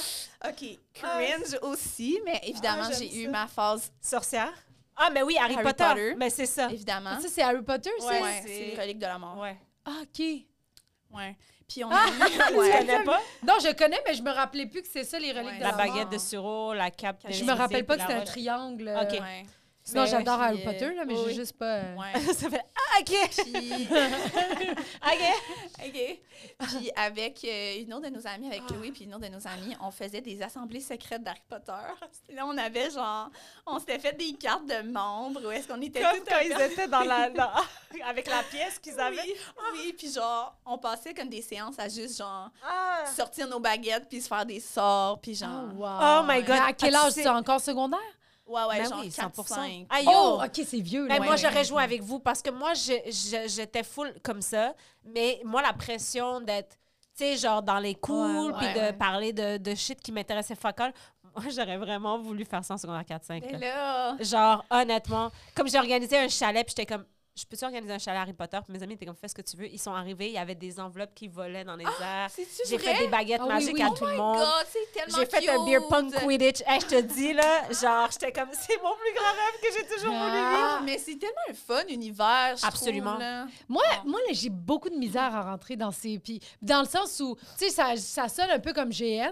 OK. Cringe aussi, mais évidemment,
Ah, j'aime
j'ai eu
ça.
ma phase,
Sorcière. Ah, mais oui, Harry,
Harry
Potter.
Potter.
Mais c'est ça.
évidemment.
Ça, c'est Harry Potter, ça?
Hein? Ouais.
Ouais,
c'est-
c'est les reliques de la mort.
Ouais.
Ah, OK.
Ouais. Puis on
Ah,
a eu.
*laughs* Tu
ouais.
connais pas?
Non, je connais, mais je me rappelais plus que c'est ça, les reliques
Ouais.
de
La
la,
baguette
mort.
de sureau, la cape.
Je
Je
de
me
Lisée,
rappelle pas que
puis
c'était
la
un
roche.
triangle.
Ok.
euh,
Ouais.
Sinon,
Mais
j'adore
ouais,
Harry
puis, euh,
Potter, là, mais
oui.
j'ai juste pas... euh,
Ouais.
Ça fait Ah, OK.
Puis,
*laughs* OK.
OK. Puis avec euh, une autre de nos amies, avec Chloé, puis une autre de nos amies, on faisait des assemblées secrètes d'Harry Potter. *laughs* Là, on avait genre, on s'était fait des cartes de membres où est-ce qu'on était
Comme
toutes
quand ils
un-
étaient dans *laughs* la. dans- Avec la pièce qu'ils avaient.
Ah Oui, oui, puis genre, on passait comme des séances à juste genre
Ah.
sortir nos baguettes puis se faire des sorts puis
Oh,
genre.
wow.
Oh my God.
Mais à quel
Ah,
âge?
tu sais-
C'est encore secondaire?
Ouais, ouais,
Ben
genre
oui,
4 5.
Ah, yo.
Oh, OK, c'est vieux, là.
Ben, moi,
Ouais.
j'aurais joué avec vous parce que moi, je- je- j'étais full comme ça. Mais moi, la pression d'être, tu sais, genre dans les
Ouais,
cools,
ouais,
puis de
ouais.
parler de, de shit qui m'intéressait focal, moi, j'aurais vraiment voulu faire ça en secondaire 4-5.
Mais
là.
là,
Genre, honnêtement, comme j'ai organisé un chalet, puis j'étais comme, je peux-tu organiser un chalet Harry Potter? Puis mes amis étaient comme, fais ce que tu veux. Ils sont arrivés, il y avait des enveloppes qui volaient dans les airs.
c'est-tu
J'ai
Ah, vrai?
fait des baguettes
Ah oui,
magiques
oui.
à
Oh
tout le
my
monde.
God, c'est tellement
J'ai fait un
cute!
beer pong Quidditch. Hey, je te dis, là, genre, j'étais comme, *laughs* c'est mon plus grand rêve que j'ai toujours voulu vivre.
Ah, mais c'est tellement un fun univers, je trouve,
Absolument.
là.
Moi, moi là, j'ai beaucoup de misère à rentrer dans ces... Puis, dans le sens où, tu sais, ça, ça sonne un peu comme GN.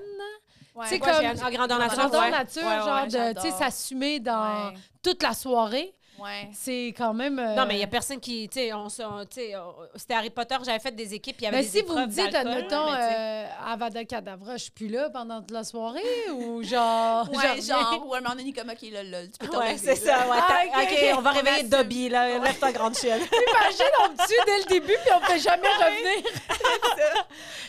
Ouais.
C'est
Ouais,
comme-
j'ai un- en grandeur nature.
J'adore
ouais.
nature,
Ouais, ouais,
genre,
ouais.
de,
j'adore.
tu sais, s'assumer dans
Ouais.
toute la soirée.
*laughs*
Ouais.
C'est quand même. euh,
Non, mais il n'y a personne qui. Tu sais, on se- on- tu sais, on- c'était Harry Potter, j'avais fait des équipes, il y avait
Mais
des
si vous me
épreuves
dites,
d'alcool,
admettons,
mais tu sais.
euh, Avada Kedavra, je suis plus là pendant toute la soirée ou genre. je
Ouais,
reviens?
genre, ou un moment donné, comme, OK, là, lol, tu peux tomber.
Ouais,
dessus,
c'est
là.
ça. Ouais,
Ah,
t'as-
ok,
ok, on va
on
réveiller
assume.
Dobby, là. Lève ta grande chienne.
*laughs* Imagine, on me tue dès le début puis on me
*laughs*
fait jamais revenir.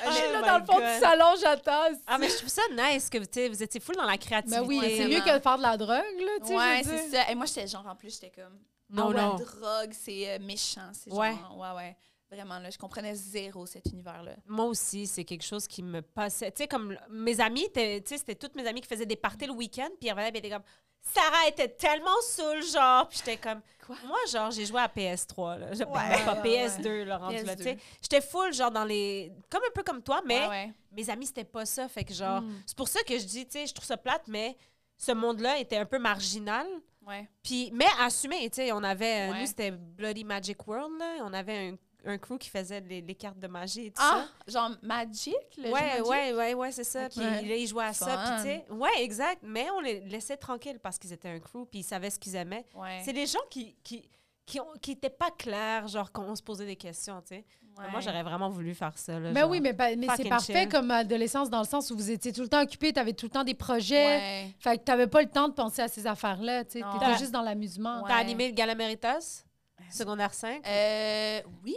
Je suis là
Oh
dans le
my
fond
God.
du salon, j'attends.
Ah, mais je trouve ça nice que tu sais, vous étiez full dans la créativité.
Mais Ben oui,
Ouais,
c'est
vraiment.
mieux que de faire de la drogue, là, tu sais.
Ouais,
je veux
c'est
dire.
ça. Et moi, j'étais genre, en plus, j'étais comme,
Non,
ah ouais,
non.
drogue, c'est euh, méchant. C'est
Ouais.
genre, ouais, ouais. Vraiment, là, je comprenais zéro cet univers-là.
Moi aussi, c'est quelque chose qui me passait. Tu sais, comme l- mes amis, étaient- tu sais, c'était toutes mes amies qui faisaient des parties le week-end, puis ils revenaient, puis ils étaient comme. Sarah était tellement saoule, genre. Puis j'étais comme.
Quoi?
Moi, genre, j'ai joué à PS3, là. Je-
Ouais,
pas
ouais,
PS2, là, rendu là,
PS2.
tu sais. J'étais full, genre, dans les. Comme un peu comme toi, mais
Ouais, ouais.
mes amis, c'était pas ça. Fait que, genre.
Mm.
C'est pour ça que je dis, tu sais, je trouve ça plate, mais ce monde-là était un peu marginal.
ouais.
Puis, mais assumé, tu sais, on avait, euh,
Ouais.
nous, c'était Bloody Magic World, là. On avait un, un crew qui faisait les, les cartes de magie et tout
Ah, genre Magic, le
ça.
jeu
Ouais,
Magic?
ouais, ouais, ouais, c'est ça.
Ok.
Puis là, ils jouaient à ça. Puis,
Fun.
tu sais, ouais, exact. Mais on les laissait tranquilles parce qu'ils étaient un crew, puis ils savaient ce qu'ils aimaient.
Ouais.
C'est des gens qui, qui, qui, ont- qui étaient pas clairs, genre, quand on se posait des questions, tu sais.
Ouais.
Moi, j'aurais vraiment voulu faire ça, là.
Mais
genre.
Ben oui, mais, pa- mais c'est
fucking
parfait
chill.
comme adolescence dans le sens où vous étiez tout le temps occupé, t'avais tout le temps des projets.
Ouais.
Fait que t'avais pas le temps de penser à ces affaires-là, tu sais.
Non.
T'étais
Ouais.
juste dans l'amusement.
T'as
Ouais.
animé le Gala Méritas, secondaire 5.
Euh, oui.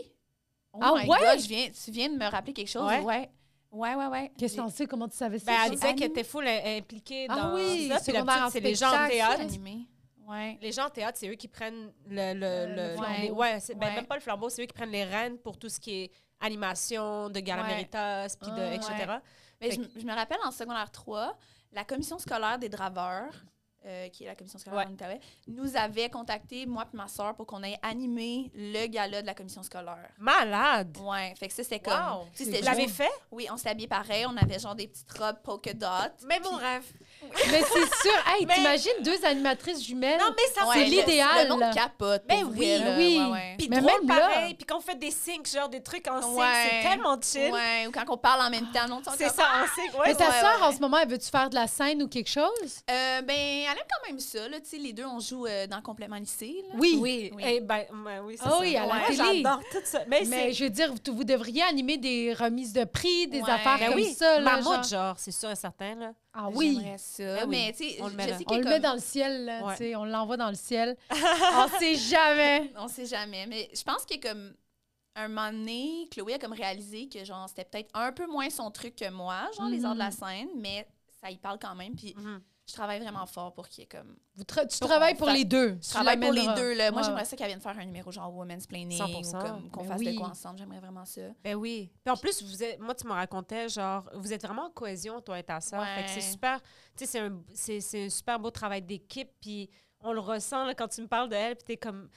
Oh
Ah
my
ouais?
God, je viens, tu viens de me rappeler quelque chose?
Ouais.
ouais. Ouais, ouais, ouais.
Qu'est-ce que t'en sais? Comment tu savais
Ben,
ça?
elle disait
animé.
qu'elle était full euh, impliquée dans
Ah oui,
ça. Puis la
secondaire
petite,
en
c'est les gens en
spectacle,
J'ai
théâtre.
Ah, animé. Ouais.
Les gens en théâtre, c'est eux qui prennent le, le,
Euh,
le-
le
ouais,
flambeau.
ouais, c'est- ben,
Ouais.
même pas le flambeau, c'est eux qui prennent les rênes pour tout ce qui est animation, de Gala
Ouais.
Méritas, puis de
Ah,
etc.
Mais
Fait
je, je me rappelle en secondaire 3, la commission scolaire des draveurs, euh, qui est la commission scolaire
Ouais.
en Outaouais, nous avait contacté, moi et ma soeur, pour qu'on aille animer le gala de la commission scolaire.
Malade!
Ouais, fait que ça, c'était comme.
Wow!
C'est
tu sais, c'était
Vous
cool.
l'avez
juste-
fait?
Oui, on s'habillait pareil, on avait genre des petites robes polka dot.
Mais mon rêve!
Mais c'est sûr. Hey,
Mais-
t'imagines deux animatrices jumelles?
Non, mais ça
Ouais, ben,
fait
c'est
le-
l'idée.
l'idéal.
Le monde capote.
Ben
pour
oui,
vrai, là.
oui.
Ouais, ouais.
Puis
Mais
drôle
même là-
pareil, puis qu'on fait des syncs, genre des trucs en sync, c'est
Ouais.
tellement chill.
Ouais, ou quand on parle en même temps, non, tu sais, on
C'est
comme-
ça, en sync, ouais.
Mais ta
ouais,
sœur,
ouais.
en ce moment, elle veut-tu faire de la scène ou quelque chose?
Euh, ben, elle aime quand même ça, là, tu sais, les deux, on joue euh, dans Complément Lycée, là.
Oui.
Oui,
Oui.
eh ben, ouais, oui, c'est
Ah
ça.
oui, à la
Ouais,
télé.
J'adore tout ça. Mais,
Mais
c'est
je veux dire, vous, vous devriez animer des remises de prix, des
Ouais.
affaires
Ben
comme
oui,
ça. Là,
mammouth,
genre.
genre, c'est sûr et certain, là.
Ah oui.
J'aimerais ça,
Ben oui,
mais tu sais,
on le met
je
là.
sais
On
que
le
comme-
met dans le ciel, là,
Ouais.
tu sais, on l'envoie dans le ciel. on sait jamais.
On sait jamais, mais je pense que comme un moment donné, Chloé a comme réalisé que genre c'était peut-être un peu moins son truc que moi, genre les arts de la
Mhm.
scène, mais ça y parle quand même puis
Mhm.
je travaille vraiment fort pour qu'il y ait comme
Vous tra- tu
Donc,
travailles
on
pour
fait-
les deux.
je
Tu
travaille pour les
l'amèneras.
deux là. Moi
Ouais.
j'aimerais ça qu'elle vienne faire un numéro genre women's planning
100%.
ou comme qu'on
Ben
fasse
oui.
de quoi ensemble, j'aimerais vraiment ça.
Ben oui. Puis en plus, vous êtes, moi, tu me racontais, genre, vous êtes vraiment en cohésion, toi et ta soeur. Fait que c'est
Ouais.
super, tu sais, c'est un, c'est- c'est un super beau travail d'équipe. Puis on le ressent, là, quand tu me parles de elle, puis t'es comme,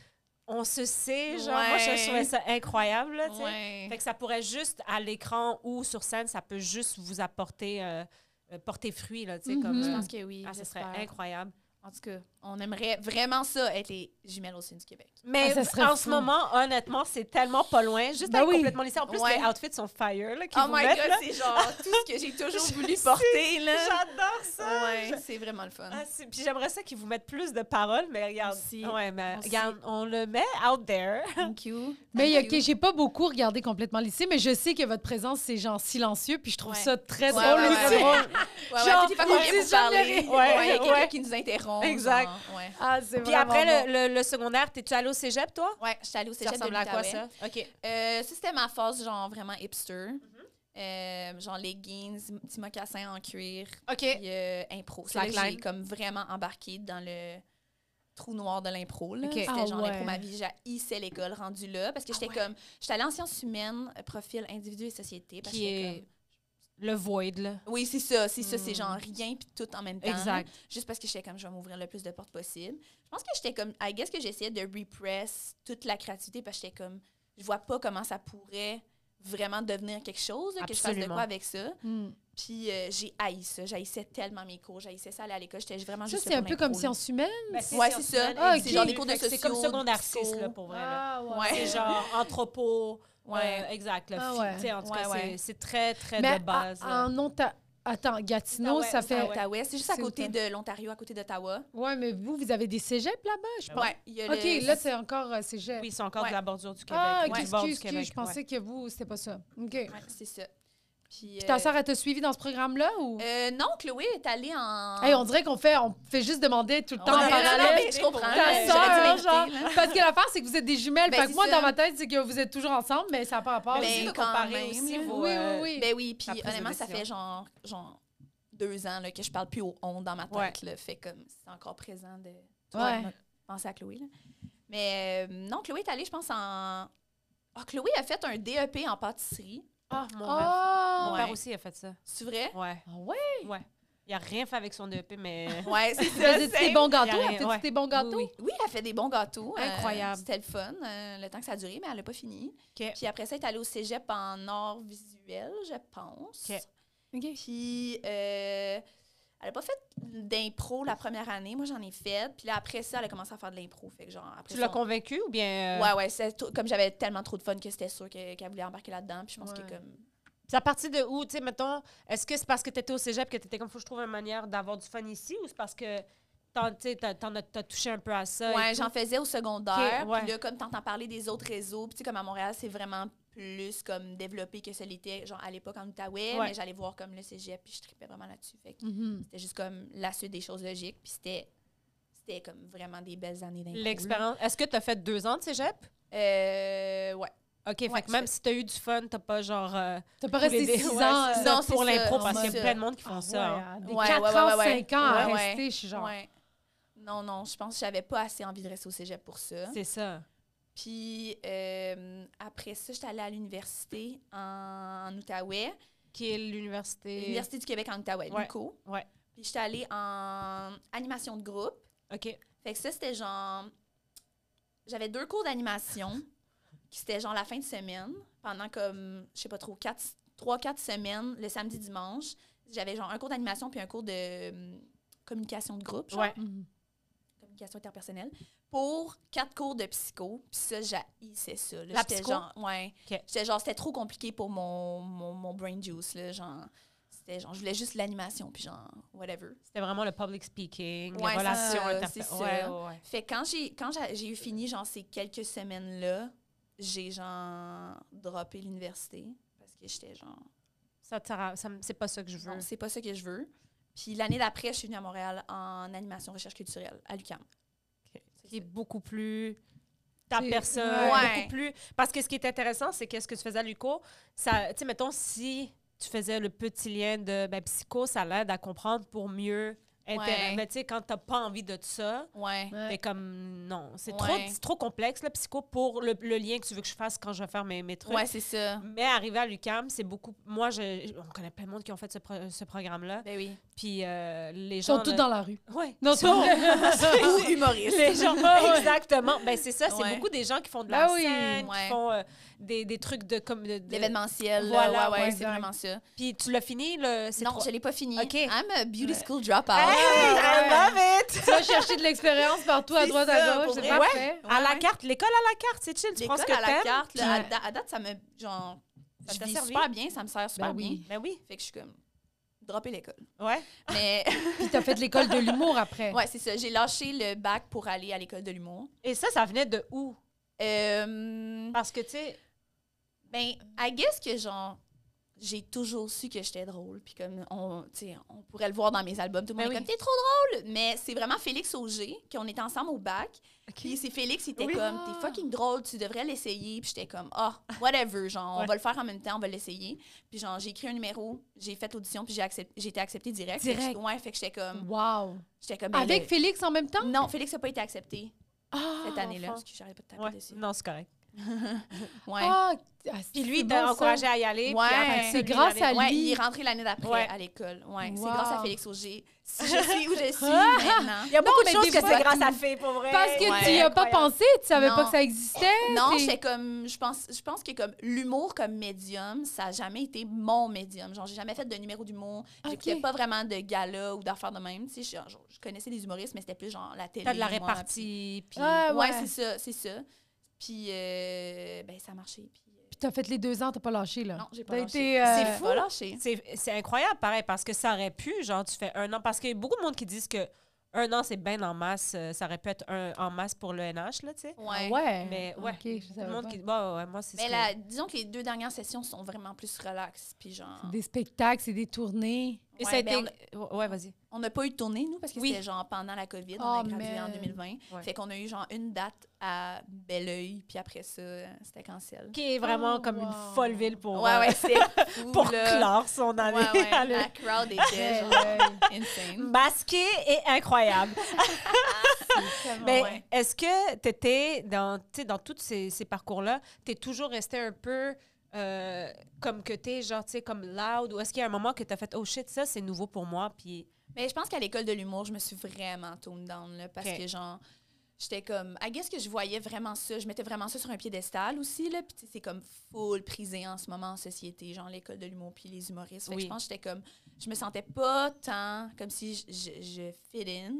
on se sait, genre, moi, je- je
Ouais.
trouvais ça incroyable, là, tu sais.
Ouais.
Fait que ça pourrait juste, à l'écran ou sur scène, ça peut juste vous apporter, euh, euh, porter fruit, là, tu sais, comme,
Mhm.
Mm-hmm. Je
euh,
pense que oui.
ah, ce serait
j'espère.
incroyable.
En tout cas, on aimerait vraiment ça être les jumelles au sein du Québec.
Mais
ça serait
en
fou.
ce moment, honnêtement, c'est tellement pas loin. Juste
Ben
avec
oui.
complètement lycée. En plus,
Ouais.
les outfits sont fire, là, qu'ils
oh
vous
my
mettent,
god,
là. *laughs*
c'est genre tout ce que j'ai toujours
Je
voulu
sais.
porter là.
J'adore ça!
Ouais, c'est vraiment le fun.
Ah, c'est- puis j'aimerais ça qu'ils vous mettent plus de paroles, mais regarde.
Merci.
Ouais, mais
Merci.
regarde, on le met out there.
Thank you.
Mais
Thank
ok,
you.
j'ai pas beaucoup regardé complètement lycée, mais je sais que votre présence, c'est genre silencieux, puis je trouve
Ouais.
ça très
Ouais,
drôle
ouais,
aussi.
ouais, ouais. Ouais,
Genre,
ouais, puis des fois qu'on
ils
vient pour
disent jamais
parler.
rien.
Ouais,
Ouais, il y a quelqu'un
ouais.
qui nous interrompt.
Exact.
genre, Ouais.
Ah, c'est
Puis après le, le- le secondaire, t'es-tu allée au cégep, toi?
Ouais, je suis allée au
Ça
cégep de
ressemble à quoi,
l'Outaouais.
ça? OK.
Euh, ça, c'était ma phase, genre, vraiment hipster.
Mm-hmm.
Euh, genre leggings, petits mocassins en cuir,
OK.
puis euh, impro. C'est là que j'ai
Slackline.
comme vraiment embarqué dans le trou noir de l'impro. là.
Ok. Ah
C'était
Ah
genre
ouais.
l'impro ma vie, j'haïssais l'école rendue là parce que j'étais comme j'étais allée en sciences humaines, euh, profil individu et société parce
Qui
que j'étais
est le void, là.
comme- Oui, c'est ça, c'est ça, c'est
Mm.
genre rien puis tout en même temps.
Exact.
juste parce que j'étais comme je vais m'ouvrir le plus de portes possible. Je pense que j'étais comme I guess que j'essayais de repress toute la créativité parce que j'étais comme je vois pas comment ça pourrait vraiment devenir quelque chose, là, que je fasse de
Absolument.
quoi avec ça.
Hmm.
Puis euh, j'ai haï ça, j'haïssais tellement mes cours, j'haïssais ça aller à l'école, j'étais
Ah,
vraiment
Ça,
juste
c'est
là
un
pour
peu comme
l'impro, là.
sciences humaines.
Ben,
Ouais, c'est ça.
Ah, ok.
C'est genre des cours de
Fait que
sociaux.
C'est comme secondaire
de
6, là,
psycho.
pour vrai. là.
ouais.
C'est genre anthropo,
Ouais.
euh, exact. là,
Ah
fi-
ouais.
tu sais, En tout
Ouais,
cas,
ouais.
c'est- c'est très, très
Mais
de base.
à-
là.
en Onta- Attends, Gatineau,
Outaouais,
ça
C'est à
fait.
Outaouais. C'est juste à
C'est
côté de l'Ontario, à côté d'Ottawa.
Ouais, mais vous, vous avez des cégeps là-bas, je pense.
Ouais, il y a
OK,
le-
là, c'est encore euh, cégep.
Oui, ils sont encore
Ouais.
de la bordure du Québec.
ah,
ou du
excuse,
bord du
excuse,
Québec,
je
ouais.
pensais que vous, c'était pas ça. OK.
Ouais, c'est ça.
Puis
Puis,
ta
euh,
sœur, elle t'a suivi dans ce programme-là ou?
euh, non, Chloé est allée en.
Hey, on dirait qu'on fait, on fait juste demander tout le
On
temps en
est- non,
parallèle.
mais je comprends.
Ta
là,
Ta
Ah, j'aurais
sœur,
dû
genre.
l'inviter, là.
Parce que l'affaire, c'est que vous êtes des jumelles.
Ben,
fait que
c'est
moi,
ça.
dans ma tête, c'est que vous êtes toujours ensemble, mais ça n'a pas rapport.
Ah,
Mais
aussi, de
quand
comparer
même,
aussi
là.
vos,
Oui,
euh,
oui, oui.
Ben oui, puis
prise de
honnêtement, ça
décision.
fait genre, genre deux ans là, que je parle plus au on dans ma tête. Là, fait comme c'est encore présent de
Ouais.
penser à Chloé. Là. Mais euh, non, Chloé est allée, je pense, en. Ah, Chloé a fait un DEP en pâtisserie.
Ah, mon rêve. Mon
Oh!
père
Ouais.
aussi a fait ça.
C'est vrai?
Ouais.
Ah ouais?
Il a rien fait avec son EP, mais.
Ouais, c'est
Tu faisais
sais,
des bons gâteaux?
y a
Elle
rien,
faisait-tu
ouais.
des bons gâteaux?
Oui,
Oui, elle a fait des bons gâteaux. euh,
Incroyable.
C'était le fun, euh, le temps que ça a duré, mais elle n'a pas fini.
OK.
Puis après ça, elle est allée au cégep en art visuel, je pense.
OK.
OK.
Puis euh, elle n'a pas fait d'impro la première année. Moi, j'en ai fait. Puis là, après ça, elle a commencé à faire de l'impro. Fait que genre, après
Tu
ça,
l'as
on-
convaincu ou bien. euh,
Ouais, ouais. c'est tout- Comme j'avais tellement trop de fun que c'était sûr que- qu'elle voulait embarquer là-dedans. Puis je pense
Ouais.
que comme.
C'est à partir de où, tu sais, mettons, est-ce que c'est parce que tu étais au cégep que tu étais comme, faut que je trouve une manière d'avoir du fun ici ou c'est parce que t'en- tu sais, t'as- t'en as, t'as touché un peu à ça? et
Ouais,
tout?
j'en faisais au secondaire.
Ok, ouais.
Puis là, comme t'entends parler des autres réseaux, puis tu sais, comme à Montréal, c'est vraiment plus comme développé que ça l'était, genre à l'époque en Outaouais.
Ouais. Mm.
Mais j'allais voir comme le cégep, puis je tripais vraiment là-dessus. Fait que
Mhm.
c'était juste comme la suite des choses logiques. Puis c'était. C'était comme vraiment des belles années d'impro. là.
L'expérience. Est-ce que tu as fait deux ans de cégep?
Euh, ouais.
OK,
Ouais,
fait que même
c'est-
si tu as eu du fun, t'as pas genre. euh,
T'as pas
les
resté
dé-
six
ouais,
ans.
c'est
euh,
ça,
Non, c'est
pour
ça,
l'impro, parce
c'est
qu'il y a
ça.
plein de monde qui font
ah
ça.
ouais,
hein.
à Des
Ouais,
4
ouais,
ans,
ouais, ouais.
5 ans à
Ouais, ouais.
rester, je suis genre.
Ouais. Non, non, je pense que j'avais pas assez envie de rester au cégep pour ça.
C'est ça.
Puis euh, après ça, j'étais allée à l'université en Outaouais,
Qui est l'université.
l'Université du Québec en Outaouais,
Ouais,
l'UQO.
ouais.
Puis j'étais allée en animation de groupe.
OK.
Fait que ça, c'était genre. J'avais deux cours d'animation qui c'était genre la fin de semaine, pendant comme, je sais pas trop, quatre, trois, quatre semaines, le samedi, dimanche. J'avais genre un cours d'animation puis un cours de hum, communication de groupe, genre.
Ouais.
Mhm.
communication interpersonnelle pour quatre cours de psycho. Puis ça, j'haïssais ça. là.
La
J'étais
psycho?
Genre, ouais.
OK.
J'étais genre, c'était trop compliqué pour mon, mon, mon brain juice. Là, genre, c'était genre, je voulais juste l'animation, puis genre, whatever.
C'était vraiment le public speaking,
Ouais,
les
c'est
relations
ça,
interpe-
c'est ça.
Ouais, ouais, ouais.
Fait que quand j'ai quand j'a- j'ai eu fini, genre, ces quelques semaines-là, j'ai genre droppé l'université parce que j'étais genre,
Ça, te sert à- ça me- c'est pas ça que je veux.
non, c'est pas ça que je veux. Puis l'année d'après, je suis venue à Montréal en animation recherche culturelle à l'UQAM.
qui est beaucoup plus ta
C'est-
personne,
Ouais.
beaucoup plus... Parce que ce qui est intéressant, c'est que ce que tu faisais à l'UCO, ça, tu sais, mettons, si tu faisais le petit lien de ben, psycho, ça l'aide à comprendre pour mieux... intéresser.
Ouais.
Mais tu sais, quand t'as pas envie de ça,
Ouais.
Ouais.
t'es comme non, c'est
Ouais.
trop, c'est trop complexe, le psycho, pour le, le lien que tu veux que je fasse quand je vais faire mes, mes trucs.
Ouais, c'est ça.
Mais arrivé à l'UCAM, c'est beaucoup. Moi, je, on connaît plein de monde qui ont fait ce, pro- ce programme-là.
Ben oui.
Puis euh, les
Ils
gens.
sont tous
là-
dans la rue.
Ouais.
Non, c'est vrai.
*laughs* Ou humoriste.
Les gens,
Ouais.
exactement. Ben, c'est ça, c'est
Ouais.
beaucoup des gens qui font de
Ben
la
oui.
scène, qui
Ouais.
font euh, des, des trucs de comme de, de-
L'événementiel.
Voilà,
Voilà, ouais,
ouais,
ouais, c'est
exact.
vraiment ça.
Puis tu l'as fini le c'est
Non,
trois-
je l'ai pas fini.
Ok.
I'm a beauty
Ouais.
school dropout.
Hey,
Ouais.
I love it.
*laughs* Tu vas chercher de l'expérience partout, à
C'est
droite,
ça,
à gauche.
pour
C'est
vrai.
parfait.
À la carte, l'école à la carte, c'est chill. Tu
L'école
penses que
à la
t'aimes?
carte, là, à,
Ouais.
da- à date, ça me, genre,
Ça
je
t'a
vis
servi?
super bien, ça me sert super
Ben oui.
bien.
Ben oui,
Fait que je suis comme, dropper l'école.
ouais.
*laughs* Mais,
Puis t'as fait de l'école de l'humour après.
ouais, c'est ça. J'ai lâché le bac pour aller à l'école de l'humour.
Et ça, ça venait de où
Euh,
Parce que tu sais,
ben, I guess que, genre, j'ai toujours su que j'étais drôle. Puis comme, on, tu sais, on pourrait le voir dans mes albums. Tout le monde
Ben
est
oui.
comme, t'es trop drôle! Mais c'est vraiment Félix Auger, qu'on était ensemble au bac. Puis c'est Félix, il était
Oui. Ah.
comme, t'es fucking drôle, tu devrais l'essayer. Puis j'étais comme, ah, whatever, genre,
Ouais.
on va le faire en même temps, on va l'essayer. Puis genre, j'ai écrit un numéro, j'ai fait audition, puis j'ai accept- j'ai été acceptée direct. Fait que
Direct.
j'étais- ouais, fait que j'étais comme,
Wow.
j'étais comme, ben
Avec
là-
Félix en même temps?
Non, Félix n'a pas été accepté
Ah,
cette année-là.
enfin.
Parce que j'arrive pas de taper
ouais. Oh,
dessus.
non, c'est correct.
Ouais.
Ah, ah, c'est
Puis lui, il
bon,
t'a
ça.
encouragé à y aller. puis
Ouais.
après ça,
C'est
lui,
grâce
il allait-
à
Ouais,
lui.
il est rentré l'année d'après
Ouais.
à l'école. Ouais,
Wow.
c'est grâce à Félix Auger. Si je suis
*laughs*
où je suis
Ah!
maintenant.
Il y a beaucoup
mais
de choses
des
que
fois-
c'est grâce à Fée, pour vrai.
Parce que tu
Ouais.
y as pas
Incroyable.
pensé, tu savais pas
Non.
que ça existait.
Non,
t'es-
j'étais comme je pense je pense que comme l'humour comme médium, ça a jamais été mon médium. Genre j'ai jamais fait de numéro d'humour, j'écoutais
Ok.
pas vraiment de gala ou d'affaires de même, tu sais, je, genre, je connaissais des humoristes mais c'était plus genre la télé.
T'as de la
moi,
répartie, puis
Ah,
puis-
ouais.
Ouais, c'est ça, c'est ça. Puis euh, ben ça a marché puis euh,
t'as fait les deux ans, t'as pas lâché, là.
Non, j'ai pas
T'as
lâché.
été, euh,
C'est fou. Pas lâché.
C'est c'est incroyable, pareil, parce que ça aurait pu, genre, tu fais un an. Parce qu'il y a beaucoup de monde qui disent que un an, c'est ben en masse. euh, Ça aurait pu être un en masse pour le NH, là, tu sais.
Ah
Ouais.
ouais.
Mais ouais.
OK, je
Tout
savais
le monde
pas.
qui. Bon, ouais, moi, c'est ce
Mais
que-
la, disons que les deux dernières sessions sont vraiment plus relax. Puis genre,
C'est des spectacles, c'est des tournées.
Et ça
Ouais,
a été-
ben,
Ouais, vas-y.
on n'a pas eu de tournée, nous, parce que
Oui.
c'était genre pendant la COVID. on a
Oh,
gradué en
man.
2020.
Ouais.
Fait qu'on a eu genre une date à Belleuil, puis après ça, c'était cancel.
Qui est vraiment
Oh,
comme une
wow.
folle ville pour,
Ouais,
euh,
ouais, c'est fou,
pour
là.
clore son année.
Ouais, ouais,
*laughs* Elle
la
est
crowd était genre insane.
Masquée et incroyable. Mais
ouais.
est-ce que tu étais dans, tu sais, dans tous ces, ces parcours-là, tu es toujours resté un peu euh, comme que tu es, genre, tu sais, comme loud, ou est-ce qu'il y a un moment que tu as fait, oh shit, ça c'est nouveau pour moi, puis
Mais je pense qu'à l'école de l'humour, je me suis vraiment toned down, là, parce
Ok.
que genre, j'étais comme, I guess que je voyais vraiment ça, je mettais vraiment ça sur un piédestal aussi, là, puis tu sais, c'est comme full prisé en ce moment en société, genre l'école de l'humour puis les humoristes. Fait que
Oui.
je pense que j'étais comme, je me sentais pas tant comme si je, je, je fit in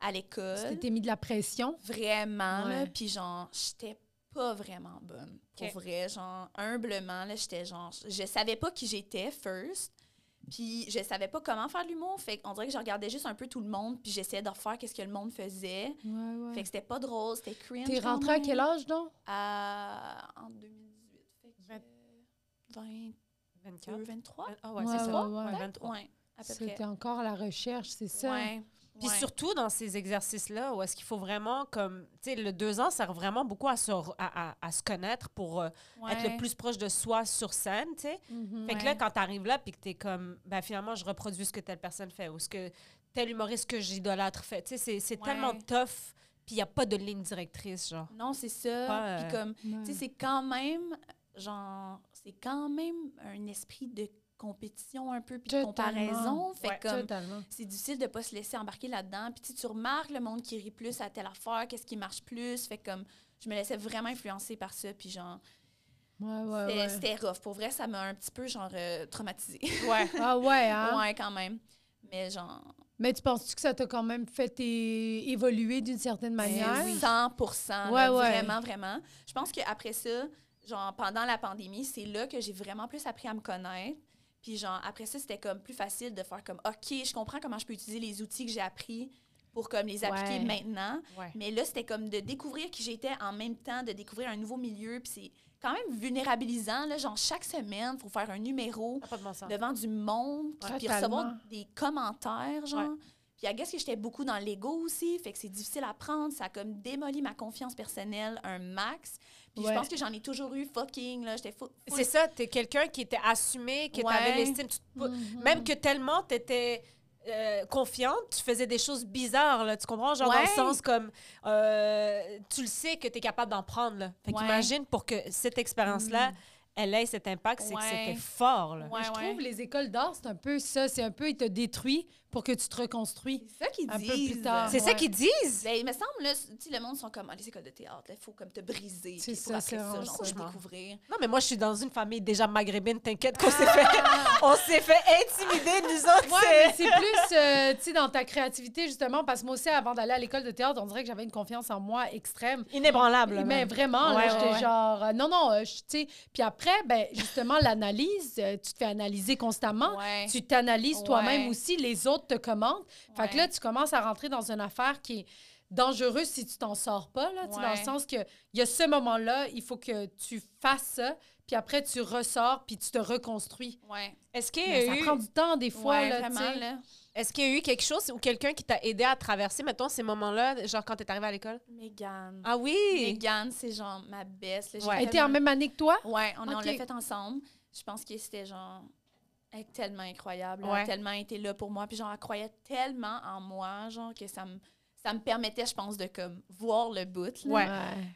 à
Tu
l'école.
t'étais mis de la pression.
Vraiment, là,
Ouais.
puis genre, j'étais pas vraiment bonne. Pour
Ok.
vrai, genre, humblement, là, j'étais genre, je savais pas qui j'étais, first. Puis je savais pas comment faire de l'humour. Fait qu'on dirait que je regardais juste un peu tout le monde, puis j'essayais de refaire qu'est-ce que le monde faisait.
Ouais, ouais.
Fait que c'était pas drôle, c'était cringe.
T'es
quand
rentrée à
même.
quel âge, donc?
À- En 2018. Fait que.
Vingt-
22,
24.
23?
Ah ouais,
Ouais,
c'est ça.
ouais, ouais.
Ouais, 23.
Ouais, à peu près.
C'était encore à la recherche, c'est ça?
Ouais.
Puis
ouais.
surtout dans ces exercices-là, où est-ce qu'il faut vraiment, comme, tu sais, le deux ans sert vraiment beaucoup à se, re- à, à- à se connaître pour euh, être le
Ouais.
plus proche de soi sur scène, tu sais.
Mhm.
Fait que là,
Ouais.
quand t'arrives là, puis que t'es comme, ben finalement, je reproduis ce que telle personne fait ou ce que tel humoriste que j'idolâtre fait. Tu sais, c'est, c'est
Ouais.
tellement tough, puis il n'y a pas de ligne directrice, genre.
Non, c'est ça.
Pas,
Puis
euh,
comme. Tu sais,
Ouais.
c'est quand même, genre, c'est quand même un esprit de compétition un peu, puis de
Totalement.
comparaison. Fait
Ouais.
que comme,
Totalement.
c'est difficile de pas se laisser embarquer là-dedans. Puis tu sais, tu remarques le monde qui rit plus à telle affaire, qu'est-ce qui marche plus. Fait que comme, je me laissais vraiment influencer par ça, puis genre,
Ouais, ouais,
c'était-
ouais.
c'était rough. Pour vrai, ça m'a un petit peu, genre, euh, traumatisée. *laughs*
Ouais.
Ah ouais, hein?
ouais, quand même. Mais genre,
Mais tu penses-tu que ça t'a quand même fait é- évoluer d'une
Ben
certaine manière?
c'est 100
Ouais,
là,
ouais.
vraiment, vraiment. Je pense qu'après ça, genre, pendant la pandémie, c'est là que j'ai vraiment plus appris à me connaître. Puis genre, après ça, c'était comme plus facile de faire comme, OK, je comprends comment je peux utiliser les outils que j'ai appris pour comme les appliquer
Ouais.
maintenant.
ouais.
Mais là, c'était comme de découvrir qui j'étais en même temps, de découvrir un nouveau milieu. Puis c'est quand même vulnérabilisant, là. Genre, chaque semaine, il faut faire un numéro
Ça a pas de bon sens.
devant du monde, puis-
Ouais,
puis
totalement.
recevoir des commentaires, genre.
Ouais.
Puis I guess que j'étais beaucoup dans l'ego aussi, fait que c'est difficile à prendre, ça a comme démoli ma confiance personnelle un max. Puis
Ouais.
je pense que j'en ai toujours eu fucking, là, j'étais fou.
C'est ça, t'es quelqu'un qui était assumé, que t'avais
Ouais.
l'estime. tu te pou-
Mhm.
Même que tellement t'étais euh, confiante, tu faisais des choses bizarres, là, tu comprends? Genre dans le
Ouais.
sens comme, euh, tu le sais que t'es capable d'en prendre, là. Fait
Ouais.
qu'imagine pour que cette expérience-là, elle ait cet impact, c'est que
Ouais.
c'était fort, là.
Ouais,
je
ouais.
trouve les écoles d'art, c'est un peu ça. C'est un peu, il te détruit pour que tu te reconstruis.
C'est ça qu'ils
Un peu
disent.
plus tard.
C'est ça
Ouais.
qu'ils disent!
Ben, il me semble, là, tu sais, le monde sont comme, ah, les écoles de théâtre, il faut comme te briser.
C'est
puis pour
ça,
après
c'est
ça,
vraiment
genre, faut
ça.
se découvrir.
Non, mais moi, je suis dans une famille déjà maghrébine. T'inquiète qu'on s'est fait, *laughs* on s'est fait intimider, nous autres.
Ouais,
c'est-
mais c'est plus, euh, tu sais, dans ta créativité, justement, parce que moi aussi, avant d'aller à l'école de théâtre, on dirait que j'avais une confiance en moi extrême.
Inébranlable. là,
Mais
même.
vraiment, là,
Ouais,
j'étais
ouais, ouais.
genre, euh, non, non, euh, je- tu sais. Puis après, ben, justement, l'analyse, euh, tu te fais analyser constamment.
Ouais.
Tu t'analyses toi-même
Ouais.
aussi, les autres te commandent. Fait que
Ouais.
là, tu commences à rentrer dans une affaire qui est dangereuse si tu t'en sors pas, là, tu sais, dans le
Ouais.
sens que il y a ce moment-là, il faut que tu fasses ça, puis après, tu ressors, puis tu te reconstruis.
Ouais.
Est-ce qu'il y,
Mais
a
ça
eu-
prend du temps, des fois,
Ouais,
là, tu
vraiment,
sais.
là.
est-ce qu'il y a eu quelque chose ou quelqu'un qui t'a aidé à traverser, mettons, ces moments-là, genre quand t'es arrivé à l'école?
Mégane.
Ah oui!
Mégane, c'est genre ma baisse. là, j'ai
Ouais.
Elle était en
tellement-
même année que toi?
Ouais, on, on
Ok.
l'a fait ensemble. Je pense que c'était genre. Elle est tellement incroyable. là. Elle
Ouais.
a tellement été là pour moi. Puis genre, elle croyait tellement en moi, genre, que ça me, ça me permettait, je pense, de comme voir le bout. là.
Ouais.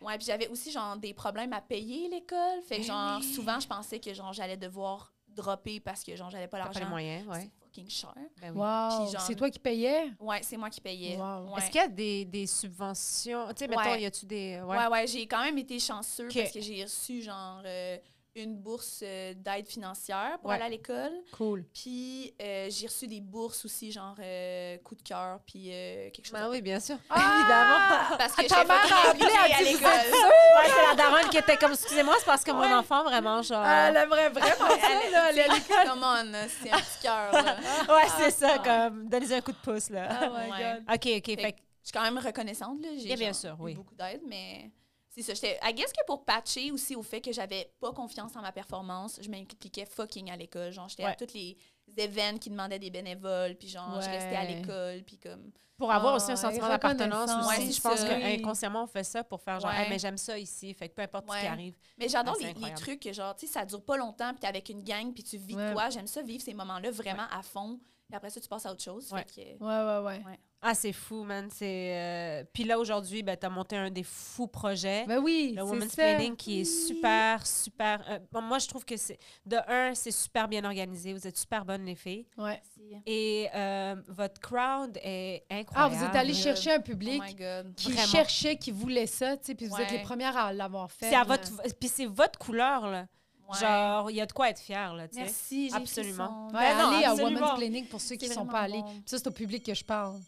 Ouais, puis j'avais aussi, genre, des problèmes à payer l'école. Fait que,
Ben
genre,
oui.
souvent, je pensais que, genre, j'allais devoir dropper parce que, genre, j'avais pas
T'as pas les
l'argent.
moyens, ouais.
C'est fucking cher.
Ben oui.
Wow.
Puis genre-
C'est toi qui payais?
Ouais, c'est moi qui payais.
Wow.
Ouais.
Est-ce qu'il y a des, des subventions? Tu sais, mettons,
Ouais.
y a-tu des.
Ouais, ouais, j'ai quand même été chanceux
Ok.
parce que j'ai reçu genre euh, une bourse euh, d'aide financière pour
Ouais.
aller à l'école.
Cool.
Puis euh, j'ai reçu des bourses aussi, genre euh, coup de cœur, puis euh, quelque chose.
Ben oui, bien sûr.
Ah!
*laughs* Parce que
Ta
j'étais
mère a appelé,
fucking
elle
à
dit, vous
l'école.
Ouais, c'est la daronne qui était comme, excusez-moi, c'est parce que
Ouais.
mon enfant, vraiment, genre...
Ah, elle aimerait vraiment ça, là, aller à l'école.
Come on, là, oh, c'est un petit cœur. là.
ouais, c'est ça,
Ah.
comme, donnez un coup de pouce, là.
Oh my
Ouais.
God.
OK, OK, fait,
Fait
que-
Je suis quand même reconnaissante. Là. J'ai
Eh bien
genre,
sûr,
eu
oui.
beaucoup d'aide, mais c'est ça. J'étais, I guess que pour patcher aussi au fait que j'avais pas confiance en ma performance, je m'impliquais fucking à l'école. Genre, j'étais à
Ouais.
tous les événements qui demandaient des bénévoles, puis genre, je restais à
Ouais.
l'école, puis comme...
pour avoir
Ah,
aussi un sentiment
et
d'appartenance
reconnaissance.
aussi,
Ouais,
je
c'est
pense
ça.
que
Oui.
inconsciemment, on fait ça pour faire genre,
Ouais.
Hey, mais j'aime ça ici, fait que peu importe ce qui
Ouais.
arrive.
Mais j'adore
Ah, c'est
les, les
incroyable.
trucs que genre, tu sais, ça dure pas longtemps, puis t'es avec une gang, puis tu vis
Ouais.
de quoi. J'aime ça vivre ces moments-là vraiment à fond. Puis après ça, tu passes à autre chose.
Ouais.
Fait que-
Ouais, ouais, ouais.
Ah, c'est fou, man. C'est, euh, Puis là, aujourd'hui, ben, tu as monté un des fous projets.
Ben oui,
le
c'est
Women's
ça.
Planning qui est super, super. euh, bon, moi, je trouve que c'est. De un, c'est super bien organisé. Vous êtes super bonnes, les filles.
Ouais.
Merci. Oh
Et euh, votre crowd est
Ah,
incroyable.
vous êtes allé
là.
chercher un
Oh
public
my God.
qui
Vraiment.
cherchait, qui voulait ça, tu sais, puis vous êtes
Ouais.
les premières à l'avoir fait.
C'est à
là.
votre. Puis c'est votre couleur, là.
Ouais.
Genre, il y a de quoi être fier, là, tu sais.
Merci, j'ai
Absolument.
Absolument.
Ouais,
Ben non,
allez à
absolument.
Women's Clinic pour ceux qui
C'est
ne sont pas
vraiment
allés.
bon.
Puis Ça, c'est au public que je parle.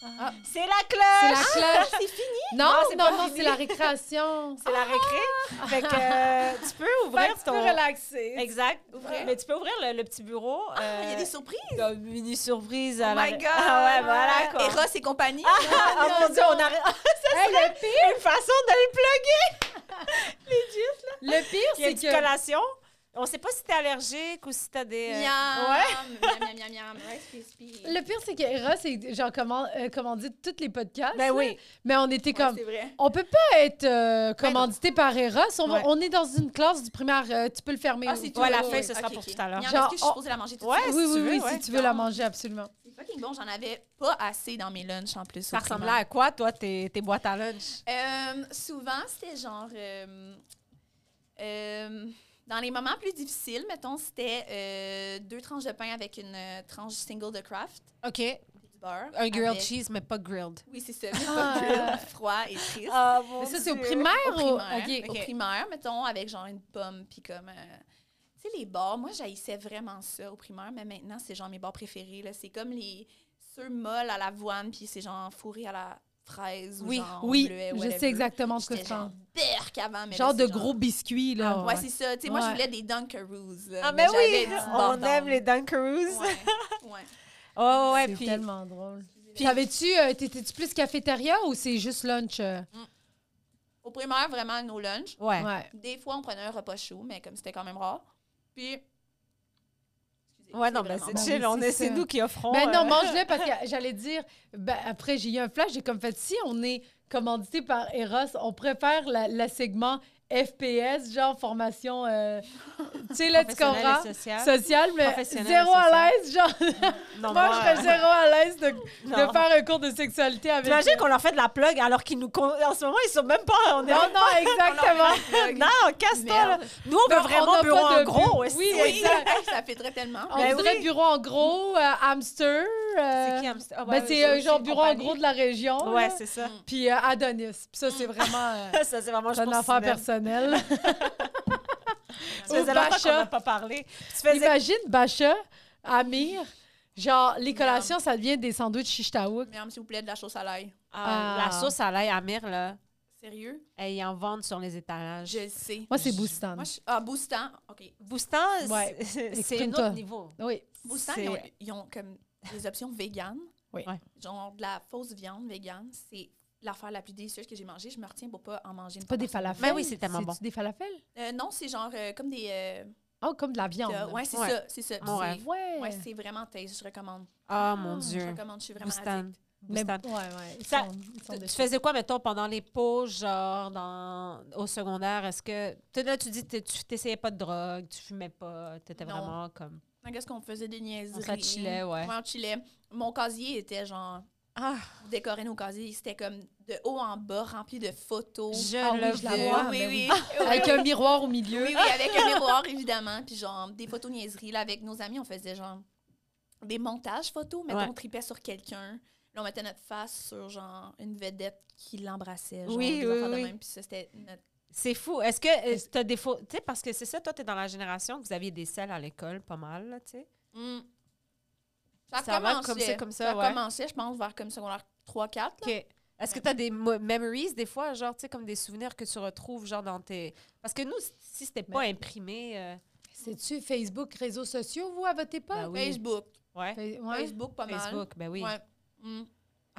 C'est la
C'est
cloche!
la cloche.
C'est fini.
Non,
Ah! c'est
non,
pas
non,
fini.
c'est la récréation.
C'est la récré. Fait que euh, tu peux ouvrir ton.
relaxer.
Exact.
Ouvrir.
Mais tu peux ouvrir le, le petit bureau.
Ah, Il y a
euh,
des surprises.
Comme une mini surprise.
Oh
à la-
my God.
Ah ouais, voilà quoi.
Eros et compagnie.
Ah, oh mon dieu, on *laughs* arrête.
le pire,
une façon de le plugger.
le pire
Il y a
c'est
une petite
que
collation. On sait pas si t'es allergique ou si t'as des. euh, Ouais.
Miam. Miam, miam, miam, miam. Rice Krispies.
le pire c'est que Eros c'est genre comment euh, comment dit tous les podcasts.
Ben
là.
oui.
Mais on était
Ouais,
comme
C'est vrai.
on peut pas être euh, commandité par Eros, on, va-
Ouais.
on est dans une classe du primaire, euh, tu peux le fermer.
Ah,
oui.
c'est tout.
Ouais, la
oui,
fin,
oui.
ce sera
Ok,
pour
ok.
tout à l'heure.
Miam,
Genre,
est-ce que je suis
on-
supposée la manger tout de
Ouais.
suite?
si
oui, oui,
tu veux,
oui,
ouais.
si tu veux la manger, absolument.
C'est fucking bon, j'en avais pas assez dans mes lunchs en plus. au
Ça ressemblait
primaire.
à quoi, toi, tes, tes boîtes à lunch?
Euh, souvent, c'était genre. euh, euh, dans les moments plus difficiles, mettons, c'était euh, deux tranches de pain avec une euh, tranche single de craft,
OK.
du beurre.
Un grilled
avec-
cheese, mais pas grilled.
Oui, c'est ça. mais
Ah.
pas grilled, froid et triste.
Ah, mon
Mais ça c'est au primaire
Au
ou OK.
primaire, au primaire, mettons, avec genre une pomme, puis comme... euh, tu sais, les bars, moi, j'haïssais vraiment ça au primaire, mais maintenant, c'est genre mes bars préférés. là. C'est comme les ceux molles à l'avoine, puis c'est genre fourré à la fraise ou
Oui,
genre au
Oui,
bleuet,
je
whatever.
sais exactement ce que
J'étais
tu penses.
genre berk avant, mais là,
Genre de
c'est
gros biscuits là.
Ouais, c'est ça. Tu sais, moi,
Ouais.
je voulais des Dunkaroos. là,
Ah, mais
j'avais
oui!
du
On
bordon.
aime les Dunkaroos.
Ouais, ouais.
Oh, ouais,
C'est
puis.
tellement drôle. Puis avais-tu euh, t'étais-tu plus cafétéria ou c'est juste lunch euh?
Au primaire, vraiment, nos lunchs.
Ouais.
Ouais.
Des fois, on prenait un repas chaud, mais comme c'était quand même rare. Puis... Excusez,
Ouais, non, ben
vraiment
c'est
bon. *laughs*
bon.
chill.
Oui,
on
c'est
est- C'est
ça.
nous qui offrons.
Ben non,
euh, *laughs*
mange-le parce que j'allais dire ben, après j'ai eu un flash, j'ai comme fait si on est commandité par Eros, on préfère la, la segment FPS genre formation euh, tu sais là
professionnel
tu comprends
et social.
sociale mais
Professionnel et
zéro à
social.
l'aise genre
Non,
*laughs* moi
moi,
je
euh,
serais zéro à l'aise de, de
non.
faire un cours de sexualité avec
T'imagines qu'on leur fait de la plug alors qu'ils nous. con- En ce moment, ils sont même pas. *laughs* On est
Non non exactement.
Non, casse-toi, là.
Merde.
Nous, on veut
Non,
vraiment
Ben, on n'a
bureau
pas
en
de
gros.
bu-
aussi.
Oui,
Oui,
exact.
ça fêterait tellement.
*laughs*
On
Ben
dirait
oui.
bureau en gros, euh, hamster. euh,
C'est qui, Hamster? Ah, ouais,
ben,
ouais,
c'est euh,
aussi,
genre bureau en
compagnie.
gros de la région.
Ouais,
là.
c'est ça. *laughs*
Mm.
Puis euh, Adonis. Puis ça, c'est vraiment euh,
Ça, c'est vraiment
c'est
juste
une
pour
affaire
Sinel.
personnelle.
*laughs* Ça faisait longtemps
Bacha.
qu'on n'a pas parlé. Tu faisais...
Imagine Bacha, Amir. Genre, les collations, ça devient des sandwichs chichtaouk.
Miam, s'il vous plaît, de la sauce à l'ail.
Ah,
Ah.
La sauce à l'ail Amir, là,
Sérieux?
et ils en vendent sur les étalages.
Je le sais.
Moi, c'est Boustan.
Moi, je- Ah, Boostan, OK.
Boustan, c'est-
Ouais,
*laughs* c'est c'est un
exprime-toi.
autre niveau.
Oui.
Boostan,
C'est-
ils ont, ils ont comme des options véganes.
Oui.
Ouais.
Genre de la fausse viande végane. C'est l'affaire la plus délicieuse que j'ai mangée. Je me retiens pour pas en manger une
Pas des
fois par
falafels.
Ben oui, c'est tellement bon.
C'est-tu des falafels?
semaine. Euh, non, c'est genre euh, comme des... euh,
Oh, comme de la viande.
de- ouais, c'est
Euh, Ouais.
ça, c'est ça.
Mon
C'est-
rêve.
Ouais.
Ouais, c'est vraiment taste, je recommande.
Ah, mon
Je
Dieu.
recommande, je suis vraiment
Boustan.
addict.
Mais, ouais,
Boustan.
ouais. ils
Ça-
sont- ils sont
Tu- Tu
déchets.
faisais quoi, mettons, pendant les pauses, genre, dans, au secondaire? Est-ce que... tu- Là, tu dis que tu t'essayais pas de drogue, tu fumais pas, t'étais
Non.
vraiment comme...
Donc, Qu'est-ce qu'on faisait des niaiseries?
On se la chillait, ouais.
on chillait. Mon casier était genre...
Ah,
Pour décorer nos casiers, c'était comme de haut en bas, rempli de photos.
je
Ah oui,
le
je la
veux.
vois.
oui,
ben
oui.
Avec un miroir au milieu.
Oui, oui, avec un miroir, évidemment. Puis genre, des photos niaiseries. Là, avec nos amis, on faisait genre des montages photos. Mettons,
Ouais.
on tripait sur quelqu'un. Là, on mettait notre face sur genre une vedette qui l'embrassait. Genre,
Oui,
des
oui,
affaires de
oui.
même. Puis ça, c'était notre
C'est fou. Est-ce que tu as des faux. Tu sais, parce que c'est ça, toi, tu es dans la génération que vous aviez des selles à l'école, pas mal, là, tu sais.
Mm. Ça,
Ça
a
va
commencé,
comme ça, comme ça,
a
ouais.
commencé, je pense, vers comme secondaire 3-4. là.
OK. Est-ce que tu as des mo- memories, des fois, genre, tu sais, comme des souvenirs que tu retrouves, genre, dans tes. Parce que nous, si c'était pas
Ben,
imprimé. euh,
C'est-tu Facebook, réseaux sociaux, vous, à votre époque?
Ben oui.
Facebook.
Ouais.
Fa- ouais.
Facebook, pas mal.
Facebook, ben oui.
Ouais. Mm.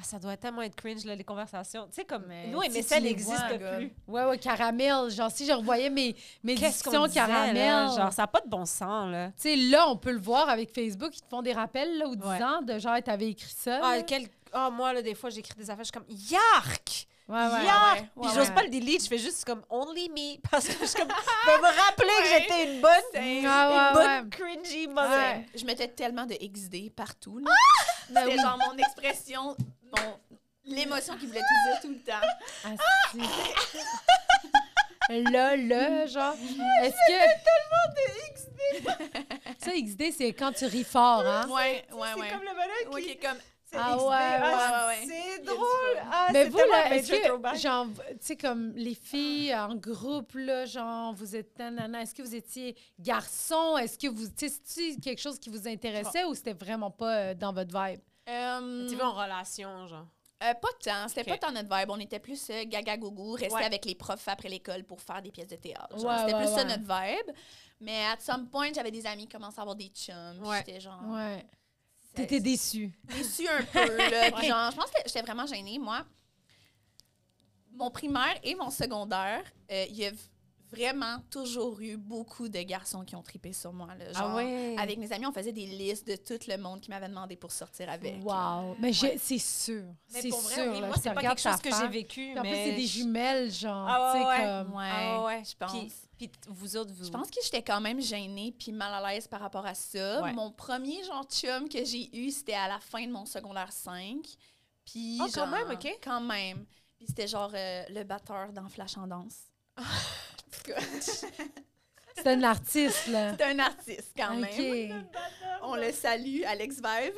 Ah, ça doit tellement être cringe, là, les conversations. Tu sais, comme.
Mais
nous,
si
MSN
tu les
n'existe
vois, gars.
plus.
Ouais, ouais, caramel. Genre, si je revoyais mes, mes
Qu'est-ce
discussions
qu'on disait,
caramel.
là? Genre, ça n'a pas de bon sens, là.
Tu sais, là, on peut le voir avec Facebook, ils te font des rappels là, aux 10
Ouais.
ans de genre, Hey, t'avais écrit ça.
Ah,
là.
quel... ah, moi, là, des fois, j'écris des affaires, je suis comme Yark!
Ouais, ouais.
Yark!
ouais,
Puis
ouais,
j'ose
ouais.
pas le delete, je fais juste comme Only me. *laughs* Parce que je suis comme. me rappeler que j'étais une bonne.
C'est-
une
Ah, ouais,
bonne cringy
Ouais.
mother.
Je mettais tellement de XD partout. là.
Ah!
C'était genre mon expression, mon... l'émotion qui voulait tout dire tout le temps.
Asti. *laughs* là, là, genre. Est-ce que. tellement de XD. *laughs* ça, XD, c'est quand tu ris fort, hein?
Ouais,
Tu sais,
ouais,
Ah. c'est
ouais.
comme le malin
Ouais,
qui.
qui est comme...
c'est
Ah
XD.
ouais,
Ah,
ouais, ouais, ouais.
C'est
Il y a du
drôle.
fun.
Ah,
Mais
c'est
vous,
tellement
là,
un
est-ce
peinture
que,
throwback.
genre, tu sais, comme les filles en groupe, là, genre, vous êtes nanana, est-ce que vous étiez garçon? Est-ce que vous, tu sais, c'est-tu quelque chose qui vous intéressait ou c'était vraiment pas euh, dans votre vibe?
Euh,
Tu veux en relation, genre.
euh, pas tant, c'était
Ok.
pas tant notre vibe. On était plus euh, gaga gougou, rester
Ouais.
avec les profs après l'école pour faire des pièces de théâtre. genre.
Ouais,
c'était
ouais,
plus ça
ouais.
notre vibe. Mais à some point, j'avais des amis qui commençaient à avoir des chums. puis
Ouais.
J'étais genre.
Ouais.
c'est-
T'étais déçue.
déçue un peu.
*laughs*
Là, Puis genre, je pense que j'étais vraiment gênée, moi. Mon primaire et mon secondaire, euh, il y a v- vraiment toujours eu beaucoup de garçons qui ont tripé sur moi.
Ah
Là, genre,
ouais.
Avec mes amis, on faisait des listes de tout le monde qui m'avait demandé pour sortir avec.
Wow. Mais j'ai- c'est sûr.
Mais
C'est
pour vrai,
sûr.
oui,
là,
moi,
si
c'est
tu
pas
regardes
quelque chose
ta
que j'ai
affaire.
vécu.
Puis En plus,
mais
c'est des
je-
jumelles, genre.
Ah ouais,
tu sais,
Ouais,
comme. *laughs* euh,
Ah ouais,
je pense.
Puis, puis t- vous autres, vous.
Je pense que j'étais quand même gênée puis mal à l'aise par rapport à ça.
Ouais.
Mon premier genre chum que j'ai eu, c'était à la fin de mon secondaire 5. Puis
Ah, quand
genre-
même, ok.
Quand même. Puis c'était genre euh, le batteur dans Flash en danse.
*laughs*
*laughs*
C'était un
*laughs*
artiste, là.
C'est un artiste quand
OK.
même. On le salue, Alex Vive.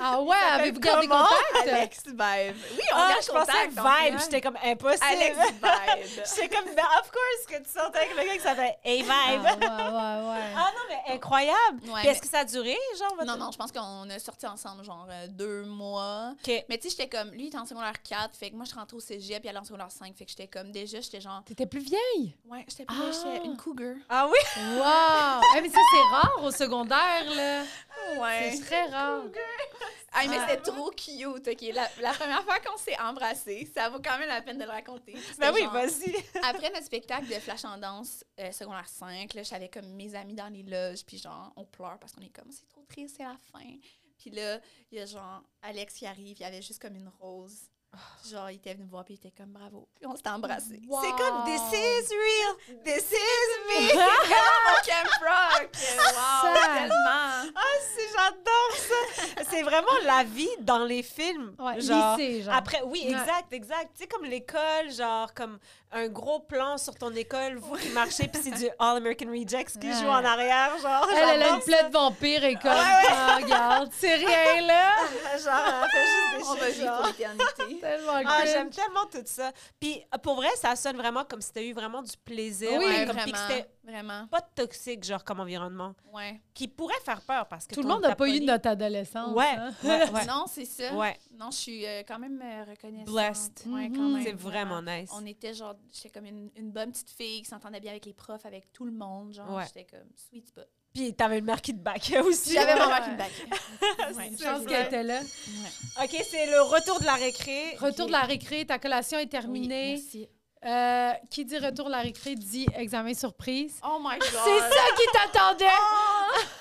Ah
*laughs*
ouais, avez-vous gardé
comment?
contact?
Alex Vive. Oui, on
Ah,
garde
je pensais
contact. on-
vibe, j'étais comme impossible.
Alex Vive.
*laughs* J'étais comme, ben, of course que tu sortais avec quelqu'un qui s'appelle Hey
Ah
Vibe.
ouais, ouais, ouais.
Ah non, mais incroyable.
Ouais,
Puis est-ce
mais-
que ça a duré, genre? votre-
Non, non, je pense qu'on a sorti ensemble genre euh, deux mois.
OK.
Mais tu sais, j'étais comme, lui, il était en secondaire 4, fait que moi, je rentrais au cégep, puis il allait en secondaire 5, fait que j'étais comme, déjà, j'étais genre,
T'étais plus vieille?
ouais, j'étais plus vieille,
Ah!
j'étais une cougar.
Ah oui?
Wow! Eh, mais ça, c'est rare au secondaire, là.
Ah, Ouais.
C'est très rare.
Ah, mais
Ah.
c'était trop cute, OK? La, la première fois qu'on s'est embrassé, ça vaut quand même la peine de le raconter. Puis c'était
Ben oui,
genre-
vas-y.
Après notre spectacle de Flash en danse euh, secondaire 5, là, j'avais comme mes amis dans les loges, puis genre, on pleure parce qu'on est comme, c'est trop triste, c'est la fin. Puis là, il y a genre Alex qui arrive, il y avait juste comme une rose. Puis Genre, il était venu me voir, puis il était comme, bravo. Puis on s'était embrassés.
Wow.
C'est comme, this is real, this is me.
Mon Camp *laughs* Rock! Wow,
Ça.
tellement!
Ah, c'est- j'adore ça. C'est vraiment la vie dans les films.
Ouais,
genre.
lycée, genre.
Après, oui,
Ouais.
exact, exact. Tu sais, comme l'école, genre, comme un gros plan sur ton école, vous qui marchez, puis c'est du All American Rejects qui
Ouais.
joue en arrière, genre.
Elle, elle a
j'adore
une plaie de vampire et comme, *laughs* Ah, regarde, c'est rien, là.
ça. Genre, elle fait juste des
On va
choses,
vivre
genre.
pour l'éternité.
Tellement
Ah,
cringe.
j'aime tellement tout ça. Puis pour vrai, ça sonne vraiment comme si t'as eu vraiment du plaisir.
Oui,
hein,
Ouais,
comme puis que
vraiment,
c'était
vraiment,
pas toxique, genre, comme environnement.
ouais.
Qui pourrait faire peur parce que.
Tout le
ton-
monde n'a
ta
pas eu
poly-
notre adolescence.
Ouais,
hein. *laughs*
ouais, ouais.
Non, c'est ça.
Ouais.
Non, je suis euh, quand même euh, reconnaissante.
Blessed.
Ouais, quand
Mhm.
même,
C'est vraiment nice.
On était genre, j'étais comme une, une bonne petite fille qui s'entendait bien avec les profs, avec tout le monde. Genre,
Ouais.
j'étais comme sweet spot.
Puis t'avais le marquis de bac aussi.
J'avais mon
Ouais.
bac une bac. Ouais,
Je
C'est
pense
vrai.
qu'elle était là.
OK, c'est le retour de la récré. Qui-
Retour de la récré, ta collation est terminée.
terminé.
Euh, qui dit retour de la récré dit examen surprise.
Oh my god.
C'est ça qui t'attendait!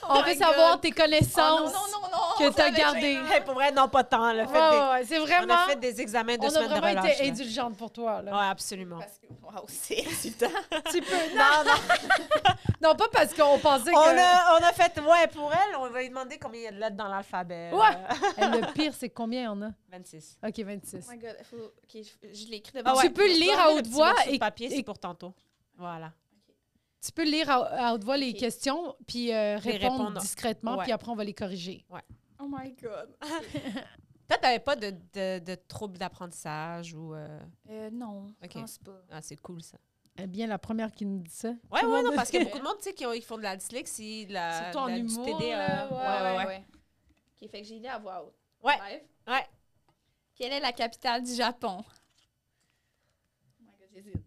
On
my
veut
God.
savoir tes
Oh non,
connaissances.
non, non, non.
que
ça
t'as
va être
gardé.
gênant.
Hey, pour vrai, non, pas tant. là. Fait
Ouais,
des-
ouais, ouais, c'est
On
vraiment.
a fait des examens de
On a
semaine de
vraiment
relâche.
été
là.
indulgente pour toi. Là.
Ouais, absolument.
Parce que, wow, c'est excitant.
Tu peux. Non, *laughs* non. pas parce qu'on pensait
On
que.
a, on a fait, ouais, pour elle, on va lui demander combien il y a de lettres dans l'alphabet. euh,
Ouais. Eh, le pire, c'est combien on a?
26.
OK,
Oh
26.
my god, faut... ok, je, je l'écris
Ah
devant.
ouais. Tu peux le lire à
Regardez
haute
petit
voix
morceau de
et-
papier, c'est
et-
pour tantôt. Voilà.
Tu peux lire à, à haute voix les
OK.
questions, puis euh, répondre,
répondre.
discrètement,
Ouais.
puis après, on va les corriger.
Oh my god.
Toi, t'avais pas de, de, de troubles d'apprentissage ou. euh,
Euh, non,
Ok.
je pense pas.
Ah, c'est cool ça.
Eh bien, la première qui nous dit ça.
Ouais,
Tout le
ouais,
monde-
non, parce qu'il y a beaucoup de monde, tu sais, qui ont- ils font de la dyslexie, de la,
Surtout en
de la-
humour,
du TDA.
Euh,
là,
ouais, ouais, ouais.
OK, fait que j'ai lu à voix haute.
Ouais.
Live.
Ouais.
Quelle est la capitale du Japon? Oh my God, j'hésite.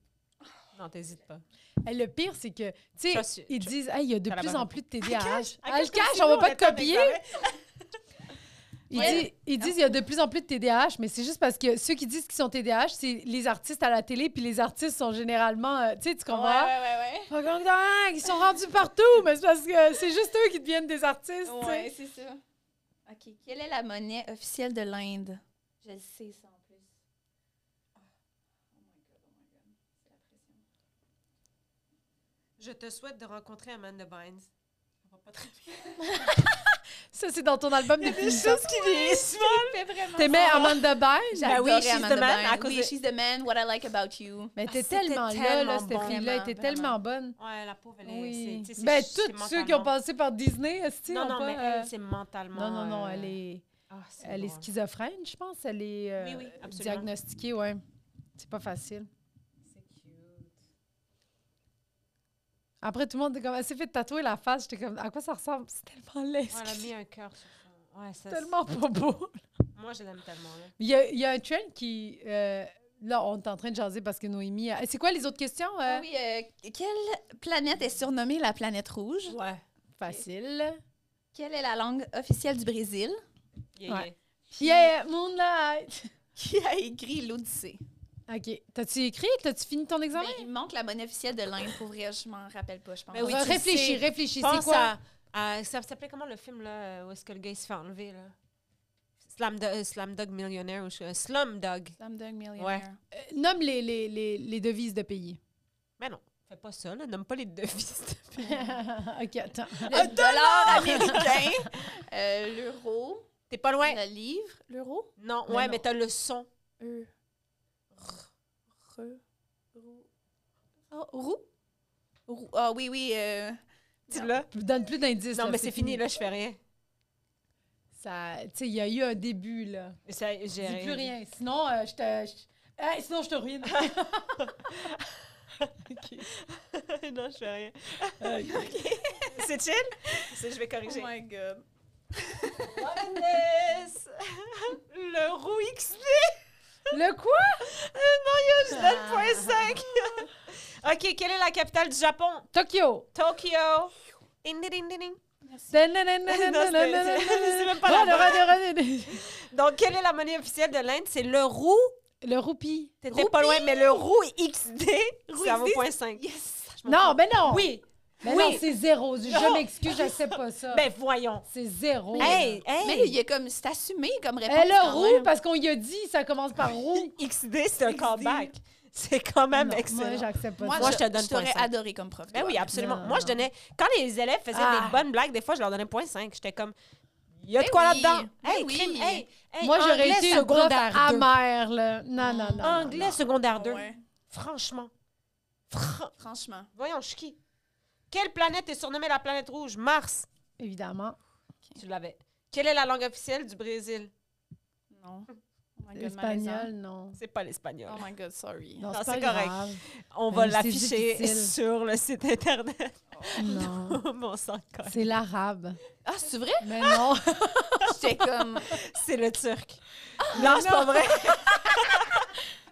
Non, t'hésites pas.
Eh, Le pire, c'est que, tu
Je
sais,
suis-
ils
je-
disent, Hey, il y a de
T'as la
plus
bonne
en plus de TDAH. Ah, le
comme
cache,
si
on va
nous,
pas te
était avec
copier.
Barrett.
Ils,
Ouais.
disent, ils disent il y a de plus en plus de TDAH, mais c'est juste parce que ceux qui disent qu'ils sont TDAH, c'est les artistes à la télé, puis les artistes sont généralement, euh, tu sais, tu comprends?
ouais,
Pas comme, Ah, ils sont rendus partout, mais c'est parce que c'est juste eux qui deviennent des artistes. tu sais.
Ouais, c'est ça. OK, quelle est la monnaie officielle de l'Inde? Je le sais, ça, en plus. Ah. Oh my God, oh my God. C'est la pression.
Je te souhaite de rencontrer Amanda Bynes. Ça va pas très bien.
Ça, *laughs* c'est dans ton album de finissant.
qui vieillissent
Mais vraiment,
T'aimais
ça va.
Amanda Bynes?
Ben oui,
J'adorais
she's the
Amanda
man, à
Bynes.
cause
Oui,
de-
she's the man, what I like about you.
Mais t'es
Ah, c'était
tellement là,
tellement
là, cette
bon.
fille-là, était
Vraiment,
tellement bonne.
Ouais, la pauvre, elle est.
Oui.
c'est- tu sais, c'est-
Ben,
c'est
tous ceux qui ont
mentalement-
passé par Disney, est-ce
Non, non,
pas,
mais
euh,
elle, c'est mentalement.
Non, non, non,
euh,
elle est,
ah, c'est
elle est
loin.
schizophrène, je pense. Elle est euh,
Oui, oui, absolument.
diagnostiquée, ouais. C'est pas facile. Après, tout le monde est comme, elle s'est fait tatouer la face. J'étais comme, à quoi ça ressemble? C'est tellement laid.
Ouais, elle a
c'est
mis un cœur sur son. Ouais, ça, c'est-
tellement pas beau.
Moi, je l'aime tellement. là.
Il y a, il y a un trend qui... euh, là, on est en train de jaser parce que Noémie... a- C'est quoi les autres questions? euh?
Ah oui, euh, quelle planète est surnommée la planète rouge?
Ouais.
Facile.
Quelle est la langue officielle
*laughs*
du Brésil?
Yeah,
Ouais.
yeah.
Yeah, Moonlight!
Qui a écrit l'Odyssée?
OK. T'as-tu écrit? T'as-tu fini ton
Mais
examen?
Ben, il manque la monnaie officielle de l'Inde, pour vrai, je m'en rappelle pas, je pense.
Mais Ben oui,
Re-
tu le
réfléchis,
sais.
réfléchis. C'est
Pense
quoi?
à, à- Ça s'appelait comment le film, là, où est-ce que le gars, il se fait enlever, là? Slam, Do- euh, Slam Dog Millionnaire ou je- Slum Dog.
Slumdog Millionaire.
Ouais.
Euh, Nomme les, les, les, les devises
*laughs*
de pays.
Mais non, fais pas ça, là. Nomme pas les devises.
OK, attends.
Le dollar américain,
*laughs*
euh, l'euro,
T'es pas loin.
le livre, l'euro,
Non,
Mais
ouais,
non.
mais t'as le son.
e, re, rou, oh, roux, Roux. Ah oui, oui, euh,
Tu
Non.
l'as?
Je vous donne plus d'indices.
Non,
là,
mais c'est fini, là, je fais rien.
Ça, tu sais, il y a eu un début, là.
Ça,
Dis
j'ai rien.
plus rien. Sinon, euh, je te... je- Hey, sinon, je
*laughs*
te ruine.
non, je fais rien. *laughs* C'est chill? C'est- Je vais corriger.
my god.
Yes! *laughs* le roux XD! *laughs*
Le quoi?
Je donne point cinq. *laughs* OK, quelle est la capitale du Japon?
Tokyo.
Tokyo. Ding, ding, ding, ding, ding. *laughs* c'est même pas la
Le
Donc, quelle est la monnaie officielle de l'Inde? C'est le roux.
roupie.
T'étais pas loin, mais le roux XD, ça vaut
XD,
point 5.
Yes!
Non, ben non.
Oui.
Mais
Oui.
non, c'est zéro. Je- Je
Non.
m'excuse, je sais pas ça.
Ben voyons.
C'est zéro.
Hey,
Mais il
hey. Eh,
y a comme, c'est assumé comme réponse.
Elle a
quand même.
roux parce qu'on y a dit, ça commence par roux.
XD, c'est un comeback. C'est quand *laughs* même
Non, Moi,
excellent.
j'accepte pas
Moi,
ça.
je te donne
Je t'aurais
point cinq.
adoré comme prof.
Ben
toi.
oui, absolument.
Non,
Moi, je
non.
donnais. Quand les élèves faisaient
Ah.
des bonnes blagues, des fois, je leur donnais point 5. J'étais comme, il y a de
Ben
quoi
oui.
là-dedans?
Ben
hey,
oui.
crime, hey,
Ben,
hey,
Moi, j'aurais
anglais
été une prof
secondaire deux.
amère, là.
Ah.
Non, non, non. non,
Anglais secondaire 2.
Ouais,
Franchement. Fran-
franchement.
Voyons, je suis qui? Quelle planète est surnommée la planète rouge? Mars.
non. Évidemment.
Tu l'avais. Quelle est la langue officielle du Brésil?
Non. Oh my God, malaisant.
L'espagnol, non.
C'est pas l'espagnol.
Oh
Ah.
my god, sorry.
Non,
Non,
c'est
c'est
pas
correct.
*laughs*
grave.
On va
Mais Ben, c'est
l'afficher
difficile.
sur le site internet. *laughs*
Non.
Mon sang colle.
C'est l'arabe.
Ah, c'est vrai?
Mais
*laughs*
non.
J'étais comme.
C'est le turc. non, c'est pas vrai.
Ah,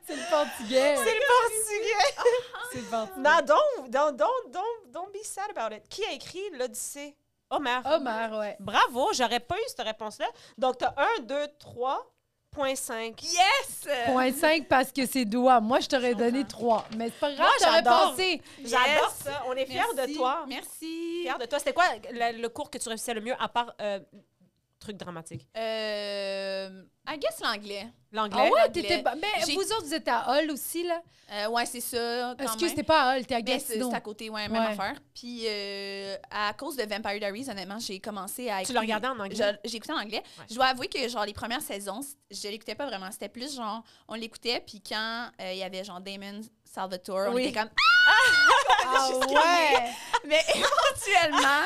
c'est le portugais.
*laughs* C'est le portugais.
C'est le portugais.
Non, don't, don't, don't, don't, don't be sad about it. Qui a écrit l'Odyssée? Homer.
Homer, ouais.
Bravo, j'aurais pas eu cette réponse-là. Donc, t'as 1, 2, 3, point 5.
Yes!
Point 5 parce que c'est doigt. Moi, je t'aurais donné 3. Mais c'est pas grave, j'aurais
j'adore.
pensé.
J'adore
Yes.
ça. On est fiers
Merci.
de toi.
Merci.
Fiers de toi. C'était quoi le, le cours que tu réussissais le mieux, à part euh, truc dramatique?
Euh, I guess l'anglais.
L'anglais?
Ah ouais,
l'anglais.
t'étais pas. Mais
J'ai-
vous autres, vous êtes à Hull aussi, là.
Euh, ouais, c'est ça. Quand
Excuse,
même.
t'es pas à Hull, t'es à
Ben, c'est
Gatineau.
c'est à côté, ouais, même
Ouais.
affaire. Puis euh, à cause de Vampire Diaries, honnêtement, j'ai commencé à.
Tu
écouter-
le regardais en anglais?
Je- J'écoutais en anglais.
Ouais.
Je dois avouer que genre les premières saisons, c- je l'écoutais pas vraiment. C'était plus genre on l'écoutait puis quand euh, il y avait genre Damon
Oui.
Salvatore,
*laughs*
on était comme *laughs*
Ah ouais!
mais éventuellement,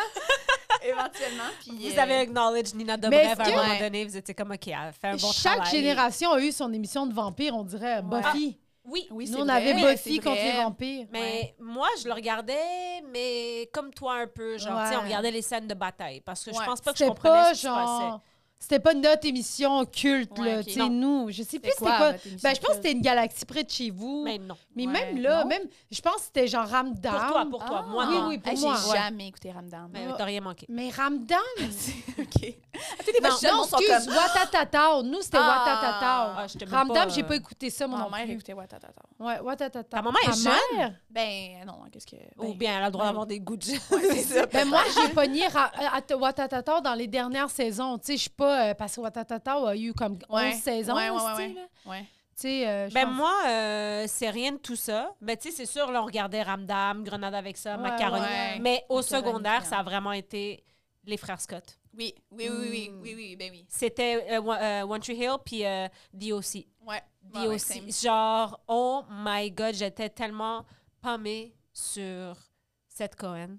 éventuellement. Puis
Vous
euh,
avez acknowledged Nina
Mais
Dobrev
est-ce
à un
que-
moment
Ouais.
donné. Vous étiez comme, OK, elle fait un bon
Chaque
travail.
génération a eu son émission de vampire, on dirait. euh, Buffy.
Oui,
Ah, Oui,
Nous,
c'est
on
vrai,
avait
c'est
Buffy contre
vrai.
les vampires.
mais
Ouais.
moi, je le regardais, mais comme toi un peu. Genre,
Ouais.
tu sais, on regardait les scènes de bataille parce que je
Ouais.
pense pas que je
C'était
comprenais
pas
ce qui se passait.
genre. C'était pas notre émission culte,
Ouais,
là.
ok.
Tu sais,
Non.
nous, je sais plus
C'était
c'était quoi.
votre émission
Ben, je pense que
culte?
c'était une galaxie près de chez vous.
Mais non.
Mais
Ouais.
même là, Non? même, je pense que c'était genre Ramdam.
Pour toi, pour toi.
Ah.
Moi,
Oui,
non.
oui, pour
Hey,
moi.
J'ai
ouais.
jamais écouté Ramdam. *laughs*
Mais t'as rien manqué.
Mais Ramdam,
Mm. OK. Attends, les
Non,
vaches,
non,
sont comme...
excuse, Watatatao. Nous, c'était
Ah.
Watatatao.
Ah, je te mets pas,
Ramdam, j'ai
euh,
pas écouté ça, moi
Ma
non
mère
plus.
écoutait Watatatao.
Ouais, Watatatao.
Ta maman est jeune?
mère?
Ben non, qu'est-ce que... Ben,
Ou bien elle a le droit
ben.
d'avoir des
*laughs*
goûts de
ouais, c'est ça.
Ben moi,
*laughs*
j'ai pogné Ra- à- à- Watatatao dans les dernières saisons. Tu sais, je suis pas... euh, parce que Watatatao a eu comme 11
Ouais.
saisons,
Ouais, ouais, ouais,
tu sais,
ouais.
là.
Ouais.
Tu sais, euh, je
Ben
pense-
moi, euh, c'est rien de tout ça. Ben tu sais, c'est sûr, là, on regardait Ramdam, Grenade avec ça,
Ouais,
Macaroni.
ouais.
Mais au
Macaroni,
secondaire,
bien.
ça a vraiment été les frères Scott.
Oui, oui, oui, oui,
Mm.
oui, oui, ben oui.
C'était euh, One- euh, One Tree Hill puis euh, DOC.
Ouais.
DOC.
Ouais, ouais, same.
Genre, oh my God, j'étais tellement pâmée sur cette Cohen.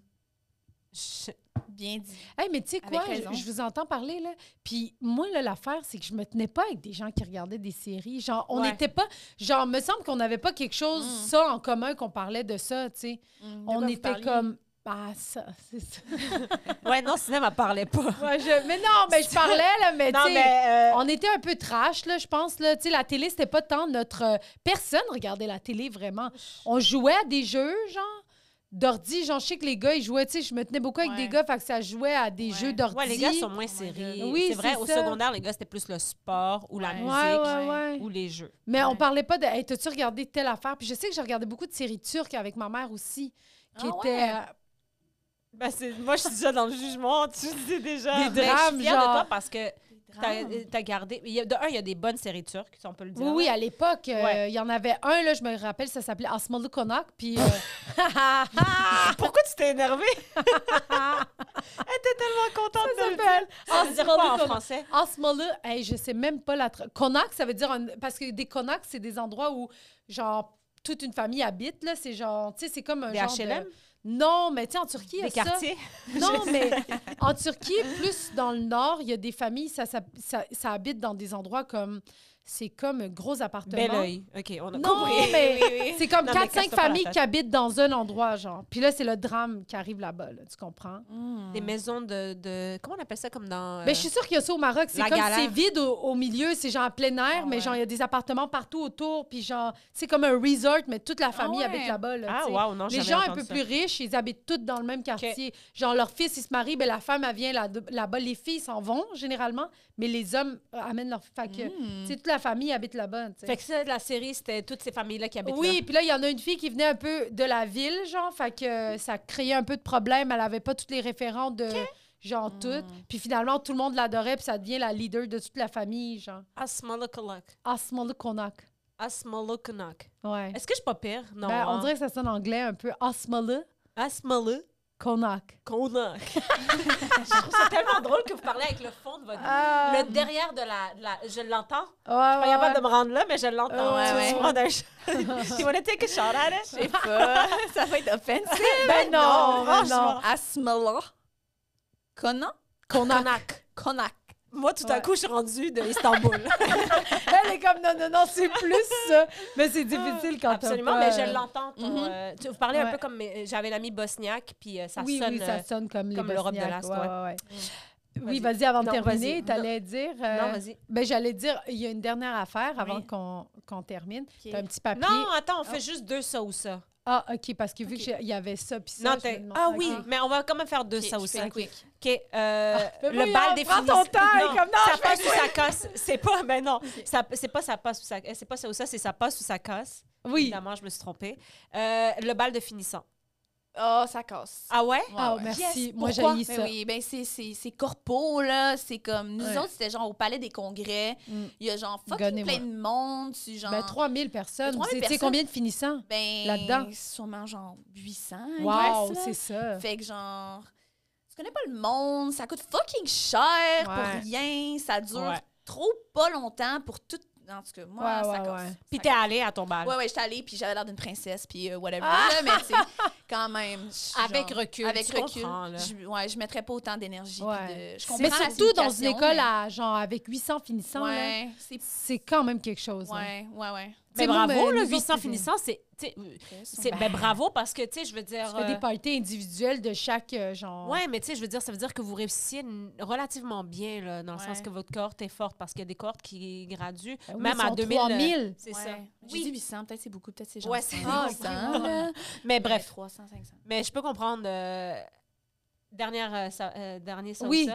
Je- *laughs*
Bien dit.
Hey, mais tu sais
Avec
quoi, je,
raison.
je vous entends parler, là. Puis moi, là, l'affaire, c'est que je me tenais pas avec des gens qui regardaient des séries. Genre, on
Ouais.
n'était pas. Genre, me semble qu'on n'avait pas quelque chose,
Mm.
ça, en commun, qu'on parlait de ça, tu sais.
Mm, de quoi
On
vous
était
parliez?
comme. Ah, ça, *laughs* c'est ça.
Ouais, non, sinon, elle parlait pas.
Ouais, je- Mais non, mais je parlais, là, mais tu
non,
sais,
mais. euh,
On était un peu trash, là, je pense. Là. Tu sais, La télé, c'était pas tant notre. euh, Personne regardait la télé vraiment. On jouait à des jeux, genre, d'ordi. Genre, je sais que les gars, ils jouaient. Tu sais, je me tenais beaucoup avec
Ouais.
des gars, fait que ça jouait à des
Ouais.
jeux d'ordi.
Ouais, les gars sont
Oh
moins
my
séries.
God. Oui,
c'est vrai,
c'est
au
ça.
secondaire, les gars, c'était plus le sport ou la
Ouais.
Ouais,
musique
ouais, ouais.
ou les jeux.
Mais on
Ouais.
parlait pas de hey, t'as-tu regardé telle affaire? Puis je sais que j'ai regardé beaucoup de séries turques avec ma mère aussi, qui
Ah
étaient.
ouais?
euh,
Ben, c'est- moi, je suis déjà dans le jugement. Tu dis déjà.
Des
Mais je
drames,
suis fière de toi
genre.
parce que t'as
Drame.
t'as gardé. il y a- de un, il y a des bonnes séries turques, si on peut le dire.
Oui, oui, à l'époque, euh, il
Ouais.
y en avait un, là, je me rappelle, ça s'appelait Asmalı Konak. Puis. euh, *laughs*
*laughs* Pourquoi tu t'es énervée? Elle était tellement contente
Ça
de le
s'appelle
dire. Ça veut dire quoi en français?
Asmalı, hey, je sais même pas la. tra- Konak, ça veut dire. un- Parce que des Konaks, c'est des endroits où, genre, toute une famille habite, là. C'est genre. Tu sais, c'est comme un
Des
genre. de-
HLM?
Non, mais tu sais, en Turquie, il y a
Des *laughs*
ça.
quartiers?
Non, mais en Turquie, plus dans le nord, il y a des familles, ça, ça, ça- ça habite dans des endroits comme. C'est comme un gros appartement.
Bel oeil. OK, on a
Non,
*laughs*
compris.
mais
Oui, oui, oui.
c'est comme
Non, mais
4-5
casse-toi pas la
familles
tête.
qui habitent dans un endroit, genre. Puis là, c'est le drame qui arrive là-bas, là, tu comprends?
Mm.
Des maisons de, de- Comment on appelle ça comme dans. euh,
Mais je suis sûre qu'il y a ça au Maroc. C'est
La
comme
galère.
c'est vide au, au milieu, c'est genre en plein air,
Ah
mais
ouais.
genre il y a des appartements partout autour, puis genre c'est comme un resort, mais toute la famille
ouais.
habite là-bas. là,
Ah,
tu sais.
waouh, non, j'ai
Les
jamais
gens un
entendu
peu
ça.
plus riches, ils habitent tous dans le même quartier. Genre, leur fils, ils se marient, ben, la femme, elle vient là- là-bas. Les filles s'en vont, généralement, mais les hommes euh, amènent leur... Fait que,
Mm.
tu sais, toute la famille habite là-bas, tu sais.
Fait que ça, la série, c'était toutes ces familles-là qui habitent
Oui, puis là, il y en a une fille qui venait un peu de la ville, genre, fait que euh, ça créait un peu de problème. Elle avait pas toutes les référents de, genre,
Mm.
toutes. Puis finalement, tout le monde l'adorait, puis ça devient la leader de toute la famille, genre.
là. Asmalokalak.
Asmalı Konak.
Asmalokanak.
Ouais.
Est-ce que je suis pas pire? Non.
Ben, on
hein?
dirait que ça sonne anglais un peu. Asmalı
*laughs* Asmalı.
Konak.
Konak. je trouve ça tellement drôle que vous parlez avec le fond de votre.
Ah.
Le derrière de la. de la- je l'entends.
Ouais,
Je suis pas
ouais,
capable
ouais.
*laughs* de me rendre là, mais je l'entends.
Ouais,
tu
ouais.
tu prends d'un shot.
*laughs*
You wanna take a shot at it?
Je sais pas. *laughs* Oh, ça va être offensif. *laughs*
Ben non, ben
franchement.
non.
Asmala. Conan?
Konak.
Konak.
Konak.
Moi, tout à
Ouais.
coup, je suis rendue de Istanbul.
Ben, Elle est comme non, non, non, c'est plus ça. Mais c'est difficile *laughs* quand t'as
Absolument,
pas,
mais je
euh,
l'entends. ton,
Mhm.
euh, tu- vous parlez un
Ouais.
peu comme mes- euh, j'avais l'ami bosniaque, puis euh, ça
oui,
sonne.
oui,
euh,
ça sonne comme,
comme
les
l'Europe de
Bosniaques,
l'Est, ouais. Mm.
ouais, ouais, ouais.
Vas-y.
Oui, vas-y, avant de
Non, vas-y.
terminer, t'allais dire. euh,
Non, vas-y.
ben, j'allais dire, il y a une dernière affaire avant
Oui.
qu'on qu'on termine.
Ok.
T'as un petit papier.
Non, attends, on fait juste deux ça ou ça.
Ah, OK, parce que vu
Ok.
qu'il y avait ça, puis ça.
non,
je
t'es-
me demande-
ah
Ok.
oui, mais on va quand même faire deux
Ok,
ça
je
ou
fais
ça.
quick.
OK, euh,
Mais
le
Ah, voyons,
bal défini.
Prends ton temps, elle est comme non,
ça
je
passe
fais
ou ça casse. C'est pas, mais non, ça- c'est pas ça passe ou ça, eh, c'est pas ça ou ça, c'est ça passe ou ça casse.
Oui.
Évidemment, je me suis trompée. Euh, le bal de finissant.
Oh, ça casse.
Ah ouais?
Ouais,
Ah,
ouais.
merci.
Yes,
Moi, j'ai
pourquoi?
Ben
ça.
oui, ben c'est- c'est c'est corpo, là. C'est comme, nous
Ouais.
autres, c'était genre au Palais des Congrès.
Mm.
Il y a genre fucking
Gonnez-moi.
plein de monde. Tu genre...
Ben, 3000 personnes. Tu
3000
sais- tu sais
personnes.
combien de finissants?
ben,
là-dedans.
Sûrement genre 800. I
Wow,
guess, là.
c'est ça.
Fait que genre, tu connais pas le monde, ça coûte fucking cher
Ouais.
pour rien, ça dure
Ouais.
trop pas longtemps pour tout. En tout cas, moi,
Ouais,
ça
ouais,
casse.
ouais.
Ça
Puis t'es allée à ton bal.
casse. Ouais, ouais, j'étais allée, puis j'avais l'air d'une princesse, puis euh, whatever.
Ah!
là, mais tu sais, quand même. je suis
Avec
genre-
recul,
Avec
tu
recul.
comprends, là.
Je, ouais, je mettrais pas autant d'énergie.
Ouais.
puis de- Je comprends
Mais
la
surtout dans une
signification,
école
mais-
à, genre, avec 800 finissants, là,
Ouais, c'est.
c'est quand même quelque chose. hein.
Ouais, ouais, ouais.
Mais
sais, moi,
bravo,
mais
là,
nous
800
autres,
finissants, c'est. tu sais,
C'est
c'est- Ben, bravo, parce que, tu sais, je veux
Tu
dire.
fais
euh,
des parties individuelles de chaque euh, genre.
Ouais, mais tu sais, je veux dire, ça veut dire que vous réussissiez n- relativement bien, là, dans le sens
Ouais.
que votre cohorte est forte, parce qu'il y a des cohortes qui graduent,
Ben oui,
même
ils
à
sont
2000.
3000.
euh, C'est ça.
J'ai
Oui.
dit 800, peut-être c'est beaucoup, peut-être c'est genre
Ouais, c'est
500.
beaucoup.
là.
Mais bref,
Ouais, 300, 500.
mais je peux comprendre. euh, Dernière, euh, sa- euh, dernier salsa.
Oui.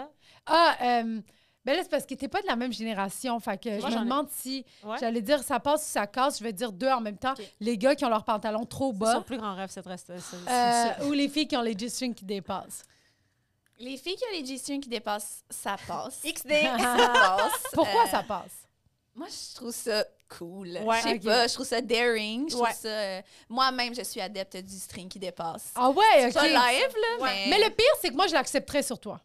Ah, euh, ben là, c'est parce que t'es pas de la même génération. Fait que
Moi,
je
j'en
me
ai-
demande si
Ouais.
j'allais dire ça passe ou ça casse. Je vais dire deux en même temps.
Ok.
Les gars qui ont leurs pantalons trop
C'est son
bas
plus grand rêve, cette reste. ce- ce-
euh,
ce-
ou les filles qui ont les G-strings qui dépassent.
Les filles qui ont les G-strings qui dépassent, ça
*laughs*
passe.
XD!
ça passe.
Pourquoi
Euh,
ça passe?
Moi, je trouve ça cool.
Ouais,
je sais
ok.
pas, je trouve ça daring. Je trouve
Ouais.
ça. euh, Moi-même, je suis adepte du string qui dépasse.
Ah ouais, OK.
Pas live, là,
Ouais.
Mais le pire, c'est que moi, je l'accepterais sur toi.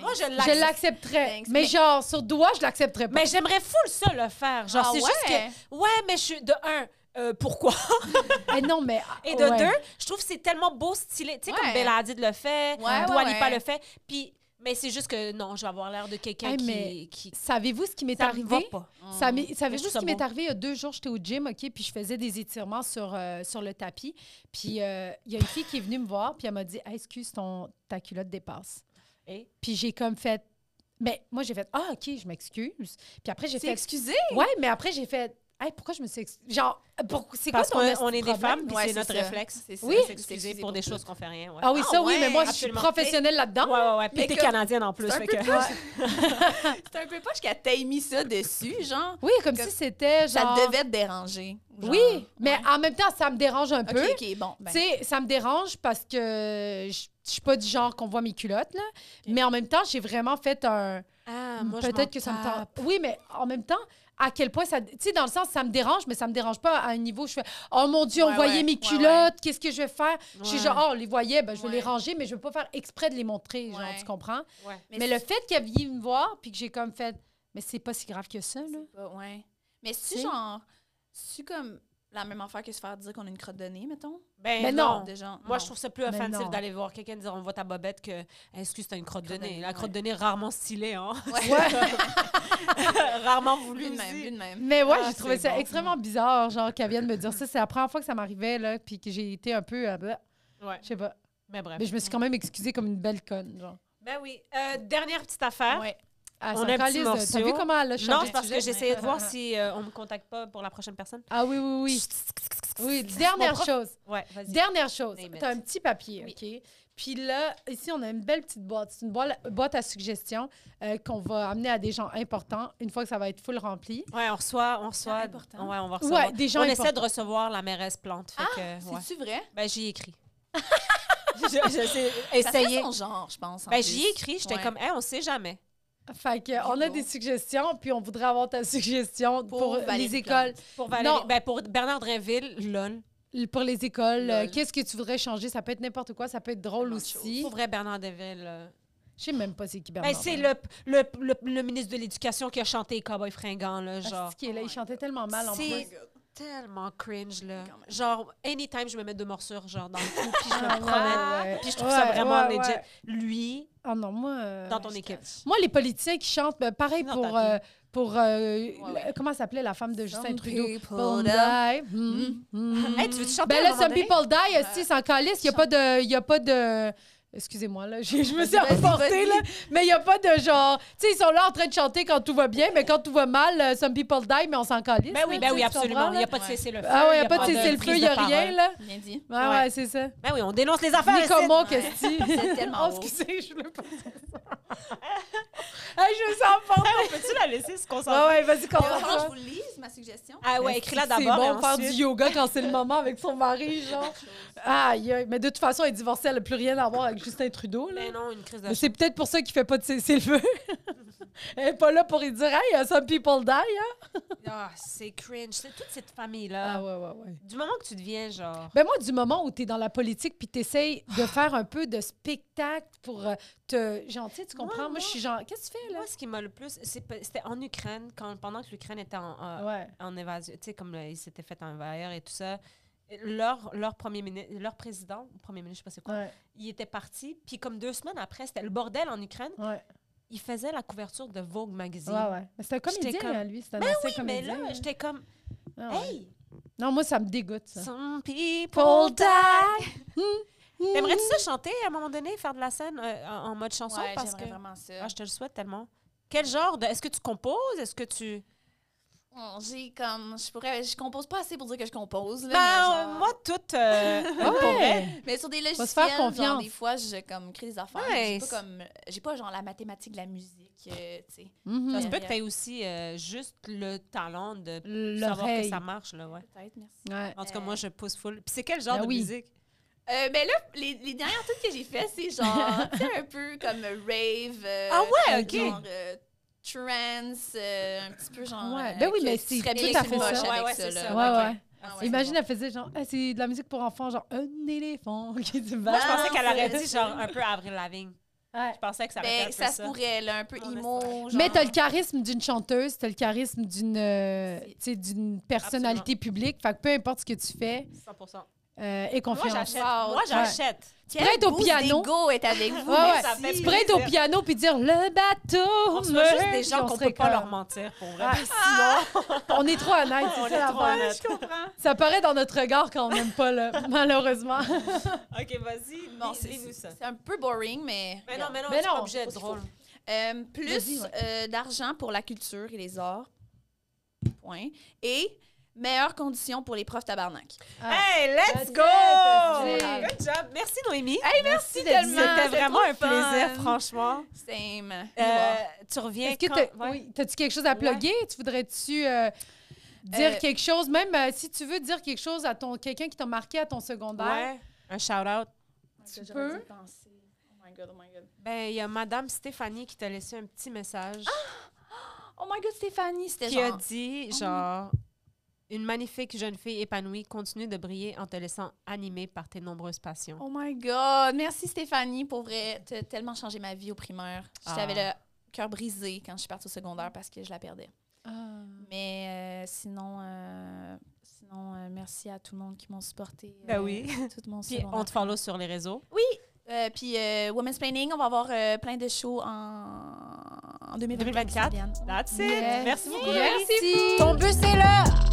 Moi, je
Je
l'accepte. Ben,
l'accepterais.
Thanks.
Mais
Mais-
genre, sur toi, je l'accepterais pas.
Mais j'aimerais full ça le faire. Genre,
Ah
c'est juste que. Ah Ouais, mais je suis. De un, euh,
*laughs*
pourquoi?
Eh non, mais.
*laughs* Et de
ouais.
deux, je trouve que c'est tellement beau, stylé. Tu sais, comme
Ouais.
Bella Hadid le fait,
Ouais,
Dua
ouais,
Lipa
ouais.
le fait. Puis, mais c'est juste que non, je vais avoir l'air de quelqu'un
Hey,
qui,
mais
qui.
Savez-vous ce qui m'est
ça me va
arrivé?
pas.
Hmm.
Ça m'est-
Mais je
Savez-vous
trouve
ce
ça
qui m'est
beau.
arrivé il y a deux jours? J'étais au gym, OK, puis je faisais des étirements sur, euh, sur le tapis. Puis euh, il y a une fille qui est venue me voir, puis elle m'a dit Hey, Excuse, ton, ta culotte dépasse.
Et?
Puis j'ai comme fait. Mais moi, j'ai fait Ah, OK, je m'excuse. Puis après, j'ai
C'est
fait.
excusé.
Ouais, mais après, j'ai fait Hey, pourquoi je me suis. ex- Genre, pourquoi- c'est quoi
Parce
ton
qu'on
esti
on
de
est des
problème?
femmes, puis
Ouais,
c'est
c'est
notre
ça.
réflexe.
C'est ça,
Oui,
c'est
s'excuser
s'excuser
pour
pour
des
tout.
choses qu'on fait rien. Ouais.
Ah oui,
Ah
ça, oui, mais
ouais,
moi, je
absolument.
suis professionnelle là-dedans.
Ouais, ouais, ouais. Puis
Mais
t'es
comme-
canadienne en plus.
C'est un
fait
peu
que-
poche. *laughs* C'est un peu poche qu'elle t'ait mis ça dessus, genre.
Oui, comme
Comme-
si c'était
Ça
genre.
devait te déranger. genre.
Oui, mais
Ouais.
en même temps, ça me dérange un peu.
Ok, ok, bon. ben,
Tu sais, ça me dérange parce que je je suis pas du genre qu'on voit mes culottes, là. Mais en même temps, j'ai vraiment fait un.
Ah, moi, je m'en
Mm, Peut-être que ça me
tape.
tente. Oui, mais en même temps, à quel point ça. Tu sais, dans le sens, ça me dérange, mais ça me dérange pas à un niveau où je fais Oh mon Dieu, on
Ouais,
voyait
ouais,
mes
ouais,
culottes,
ouais.
qu'est-ce que je vais faire Je suis
Ouais.
genre, oh, on les voyait, ben, je vais les
Ouais.
ranger, mais je vais pas faire exprès de les montrer, genre,
Ouais.
tu comprends
Ouais.
Mais, le fait qu'elle vienne me voir, puis que j'ai comme fait Mais c'est pas si grave que ça, là.
c'est pas- ouais. Mais
Tu
c'est
sais.
genre. C'est comme la même affaire que se faire dire qu'on a une crotte de nez, mettons.
Ben
Mais
non.
non.
De genre,
Moi,
non.
je trouve ça plus
Mais non.
offensif d'aller voir quelqu'un dire on voit ta bobette que excuse, t'as une crotte de
Crotte de
nez.
nez,
La crotte de
ouais.
nez, rarement stylée, hein.
*laughs*
*laughs* Ouais.
Rarement voulu.
Lui de même,
aussi.
lui de même.
Mais ouais,
Ah,
j'ai trouvé
c'est
ça
bon.
extrêmement bizarre, genre, qu'elle vienne me dire ça. C'est la première fois que ça m'arrivait, là, puis que j'ai été un peu. euh, bah,
Ouais.
je sais pas.
Mais bref.
Mais je me suis quand même excusée comme une belle conne, genre.
Ben oui. Euh, dernière petite affaire.
Ouais.
Ah,
On
ça
a un petit
calise, là. T'as vu
morceau.
comment elle a
Non,
changé
c'est
de
parce
sujet?
que j'essayais de
*laughs*
voir si euh, on me contacte pas pour la prochaine personne.
Ah oui, oui, oui. Oui,
Mon
dernière
prof-
chose.
Ouais, vas-y.
Dernière chose.
Name it.
T'as un petit papier, OK? Puis là, ici, on a une belle petite boîte. C'est une boîte, boîte à suggestions euh, qu'on va amener à des gens importants une fois que ça va être full rempli.
Ouais, on reçoit, on reçoit.
important.
Ouais, on va recevoir.
Ouais, des gens
on
importants. Ah,
essaie de recevoir la mairesse plante. Fait que, ouais.
C'est-tu vrai?
Ben, j'y ai écrit. je, *laughs* je sais,
Ça serait
essayez.
son genre, je pense. en
Ben,
plus.
j'y ai écrit. J'étais
Ouais. *laughs*
comme, hey, on sait jamais.
Fait que, on a des suggestions, puis on voudrait avoir ta suggestion pour,
Pour
les
Valérie
écoles.
Pour Valérie.
Non.
Ben, pour Bernard Drinville, lol.
Pour les écoles, euh,
Lol.
qu'est-ce que tu voudrais changer? Ça peut être n'importe quoi, ça peut être drôle
Tellement de
aussi.
Pour vrai, Bernard Drinville. euh,
Je sais même pas c'est qui Bernard.
Ben, c'est le, le, le, le ministre de l'Éducation qui a chanté Cowboy fringant, là, genre.
Asti qu'il est là, il chantait tellement mal en
C'est-
plus.
Tellement cringe, là.
Quand même.
Genre, anytime, je me mets deux morsures, genre, dans le
*laughs*
cou, puis je
Ah,
me promène.
ouais.
Puis je trouve
Ouais,
ça vraiment
ouais,
legit.
ouais.
Lui,
Ah non, moi. euh,
dans ton équipe.
Moi, les politiciens qui chantent, ben, pareil
Dans
pour.
ta
euh, pour euh,
ouais.
Comment s'appelait la femme de Justin
Some
Trudeau?
people
People
die.
die. Hmm, hmm.
Hey, tu veux-tu chanter à
Ben
un
là,
moment
Some
donné?
People Die, aussi, sans calice. Il n'y a pas de. y a pas de... Excusez-moi, là, j'ai- je me suis emportée, là. Mais il n'y a pas de genre. Tu sais, ils sont là en train de chanter quand tout va bien, mais quand tout va mal, euh, Some People Die, mais on s'en calisse.
Ben oui,
là,
ben
tu
oui,
sais, tu
absolument.
comprends,
Il n'y a
là?
pas de
Ouais.
cessez-le-feu.
Ah ouais, il n'y a pas de
prise
cessez-le-feu, il n'y a
parole.
rien, là.
Bien dit.
Ouais,
Ouais.
ouais, c'est ça.
Ben oui, on dénonce les affaires. ici. *laughs*
Nicomo, qu'est-ce que
C'est tellement
*laughs* Oh,
haut.
excusez, je voulais pas dire ça. *laughs* hey, je me sens pas.
Hey, on peut-tu Ah la laisser se concentrer?
Ouais, ouais, vas-y,
Il va falloir que je
comprends.
vous lise ma suggestion.
Ah ouais, écris-la
C'est
d'abord.
bon
et
faire du
ensuite-
yoga quand c'est le moment avec son mari, genre. Aïe, aïe. Mais de toute façon, elle est divorcée, elle n'a plus rien à voir avec Justin Trudeau, là.
Mais Ben non, une crise de
Mais c'est peut-être pour ça qu'il fait pas de cessez-le-feu. *laughs* elle est pas là pour y dire « Hey, some people die, hein?
*laughs* Ah, c'est cringe. C'est toute cette » famille-là.
Ah ouais, ouais, ouais.
Du moment que tu deviens genre.
Ben moi, du moment où tu es dans la politique puis tu essayes de faire un peu de spectacle pour euh, te... Genre, tu sais, tu
Moi,
comprends? Moi,
moi-
je suis genre... Qu'est-ce que tu fais, là?
Moi, ce qui m'a le plus. c'est pas- C'était en Ukraine, quand, pendant que l'Ukraine était en, euh,
Ouais.
en évasion. Tu sais, comme là, ils s'étaient fait envahir et tout ça. Leur, leur premier ministre, leur président, premier ministre, je sais pas c'est quoi,
Ouais,
il était parti. Puis comme deux semaines après, c'était le bordel en Ukraine.
ouais,
Il faisait la couverture de Vogue
ouais,
magazine.
ouais. Mais C'est un
J'étais
comédien,
comme-
hein, lui. C'est un ancien
Ben Mais là,
comédien.
j'étais comme,
Ah ouais.
Hey!
Non, moi, ça me dégoûte, ça.
Some people
Paul
die.
die!
*laughs* T'aimerais-tu ça chanter à un moment donné, faire de la scène euh, en en mode chanson?
Ouais,
parce que
j'aimerais vraiment ça.
Ah, je te le souhaite tellement. Quel genre de. Est-ce que tu composes? Est-ce que tu.
Bon, J'ai comme. Je pourrais. Je compose pas assez pour dire que je compose. Là,
Ben,
mais, genre-
euh, moi, toute.
*laughs*
euh,
Ah
pour vrai.
ouais!
mais sur des
se
logiciels,
faire
genre,
confiance.
des fois, je comme, crée des affaires. mais J'ai
Nice.
pas, comme- j'ai pas genre la mathématique de la musique. euh, tu sais.
Mhm.
Ça se peut que
Yeah.
tu aussi euh, juste le talent de savoir que
L'oreille.
ça marche, là, ouais.
Peut-être, merci.
Ouais.
En tout cas, moi, je pousse full. Puis c'est quel genre
Ben
de
oui.
musique?
Euh, ben là, les, les dernières trucs que j'ai fait, c'est genre,
*laughs*
tu sais, un peu comme rave. euh,
Ah ouais, ok.
Genre, euh, trance, euh, un petit peu genre.
Ouais,
euh,
ben oui,
que
mais
tu
c'est
serais
tout
bien
à
sur une
fait ça.
roche
Ouais,
avec
ouais,
ça,
c'est
là.
ça,
Ouais,
ok.
ouais.
Ah
Ok.
ouais.
Imagine, elle faisait genre, Ah, c'est de la musique pour enfants, genre un éléphant qui se
Moi,
bat.
je pensais qu'elle
Ah,
aurait
c'est
dit genre un peu Avril Lavigne.
Ouais.
Je pensais que ça aurait été un
Ben,
peu
ça
ça. Ah,
se pourrait, là, un peu
On
emo. Genre.
Mais t'as le charisme d'une chanteuse, t'as le charisme d'une euh,
C'est-
tu sais, d'une personnalité publique. Fait que peu importe ce que tu fais,
100%.
euh, aie
Moi,
confiance.
j'achète.
Wow.
Moi, j'achète.
Tu
pourrais être au piano.
Go est avec vous.
Ouais, ouais.
Ça fait
Tu pourrais être au
plaisir.
piano puis dire le bateau.
On reçoit juste
meurt,
des
puis
gens
on
qu'on
serait
peut pas
comme-
leur mentir, pour vrai.
Ah, On est trop honnête,
*laughs* On
*laughs* c'est
est
ça
trop
l'affaire.
honnête.
Ça paraît dans notre regard quand on n'aime pas, là, *laughs* malheureusement.
OK, vas-y,
Bon, c'est-
lis-nous ça.
C'est un peu boring, mais.
Mais non, mais non,
Mais
c'est pas
non,
obligé d'être
faut- faut-
drôle.
Euh,
Vas-y,
plus
ouais.
euh, d'argent pour la culture et les arts. Point. Et meilleures conditions pour les profs tabarnak.
Ah.
Hey, let's
That's
go!
it, that's
Good job. Merci, Noémie.
merci
d'être
d'être
venu.
C'était
c'était
vraiment un
trop
plaisir,
fun.
franchement.
Same.
Euh, tu reviens
Est-ce que
quand-
t'as,
ouais.
oui, t'as-tu quelque chose à plugger? Tu voudrais-tu euh, dire
Euh,
quelque chose? Même euh, si tu veux dire quelque chose à ton quelqu'un qui t'a marqué à ton secondaire,
Ouais. Un shout-out.
tu peux?
Oh my god, oh my god.
Ben, il y a Madame Stéphanie qui t'a laissé un petit message
Oh my god, Stéphanie, c'était
qui a
genre...
dit
Oh.
genre une magnifique jeune fille épanouie continue de briller en te laissant animée par tes nombreuses passions.
Oh my god, merci Stéphanie, pour vrai, t'as tellement changé ma vie au primaire.
Ah.
J'avais le cœur brisé quand je suis partie au secondaire parce que je la perdais.
Ah.
Mais euh, sinon, euh, sinon euh, merci à tout le monde qui m'ont supporté.
Ben
euh, *laughs*
oui.
Tout mon
Puis on te follow sur les réseaux.
Euh, puis euh, Women's Planning, on va avoir euh, plein de shows en, en 2024.
2024. That's it.
Yes.
Merci beaucoup. Noémie.
Merci.
Ton bus est là!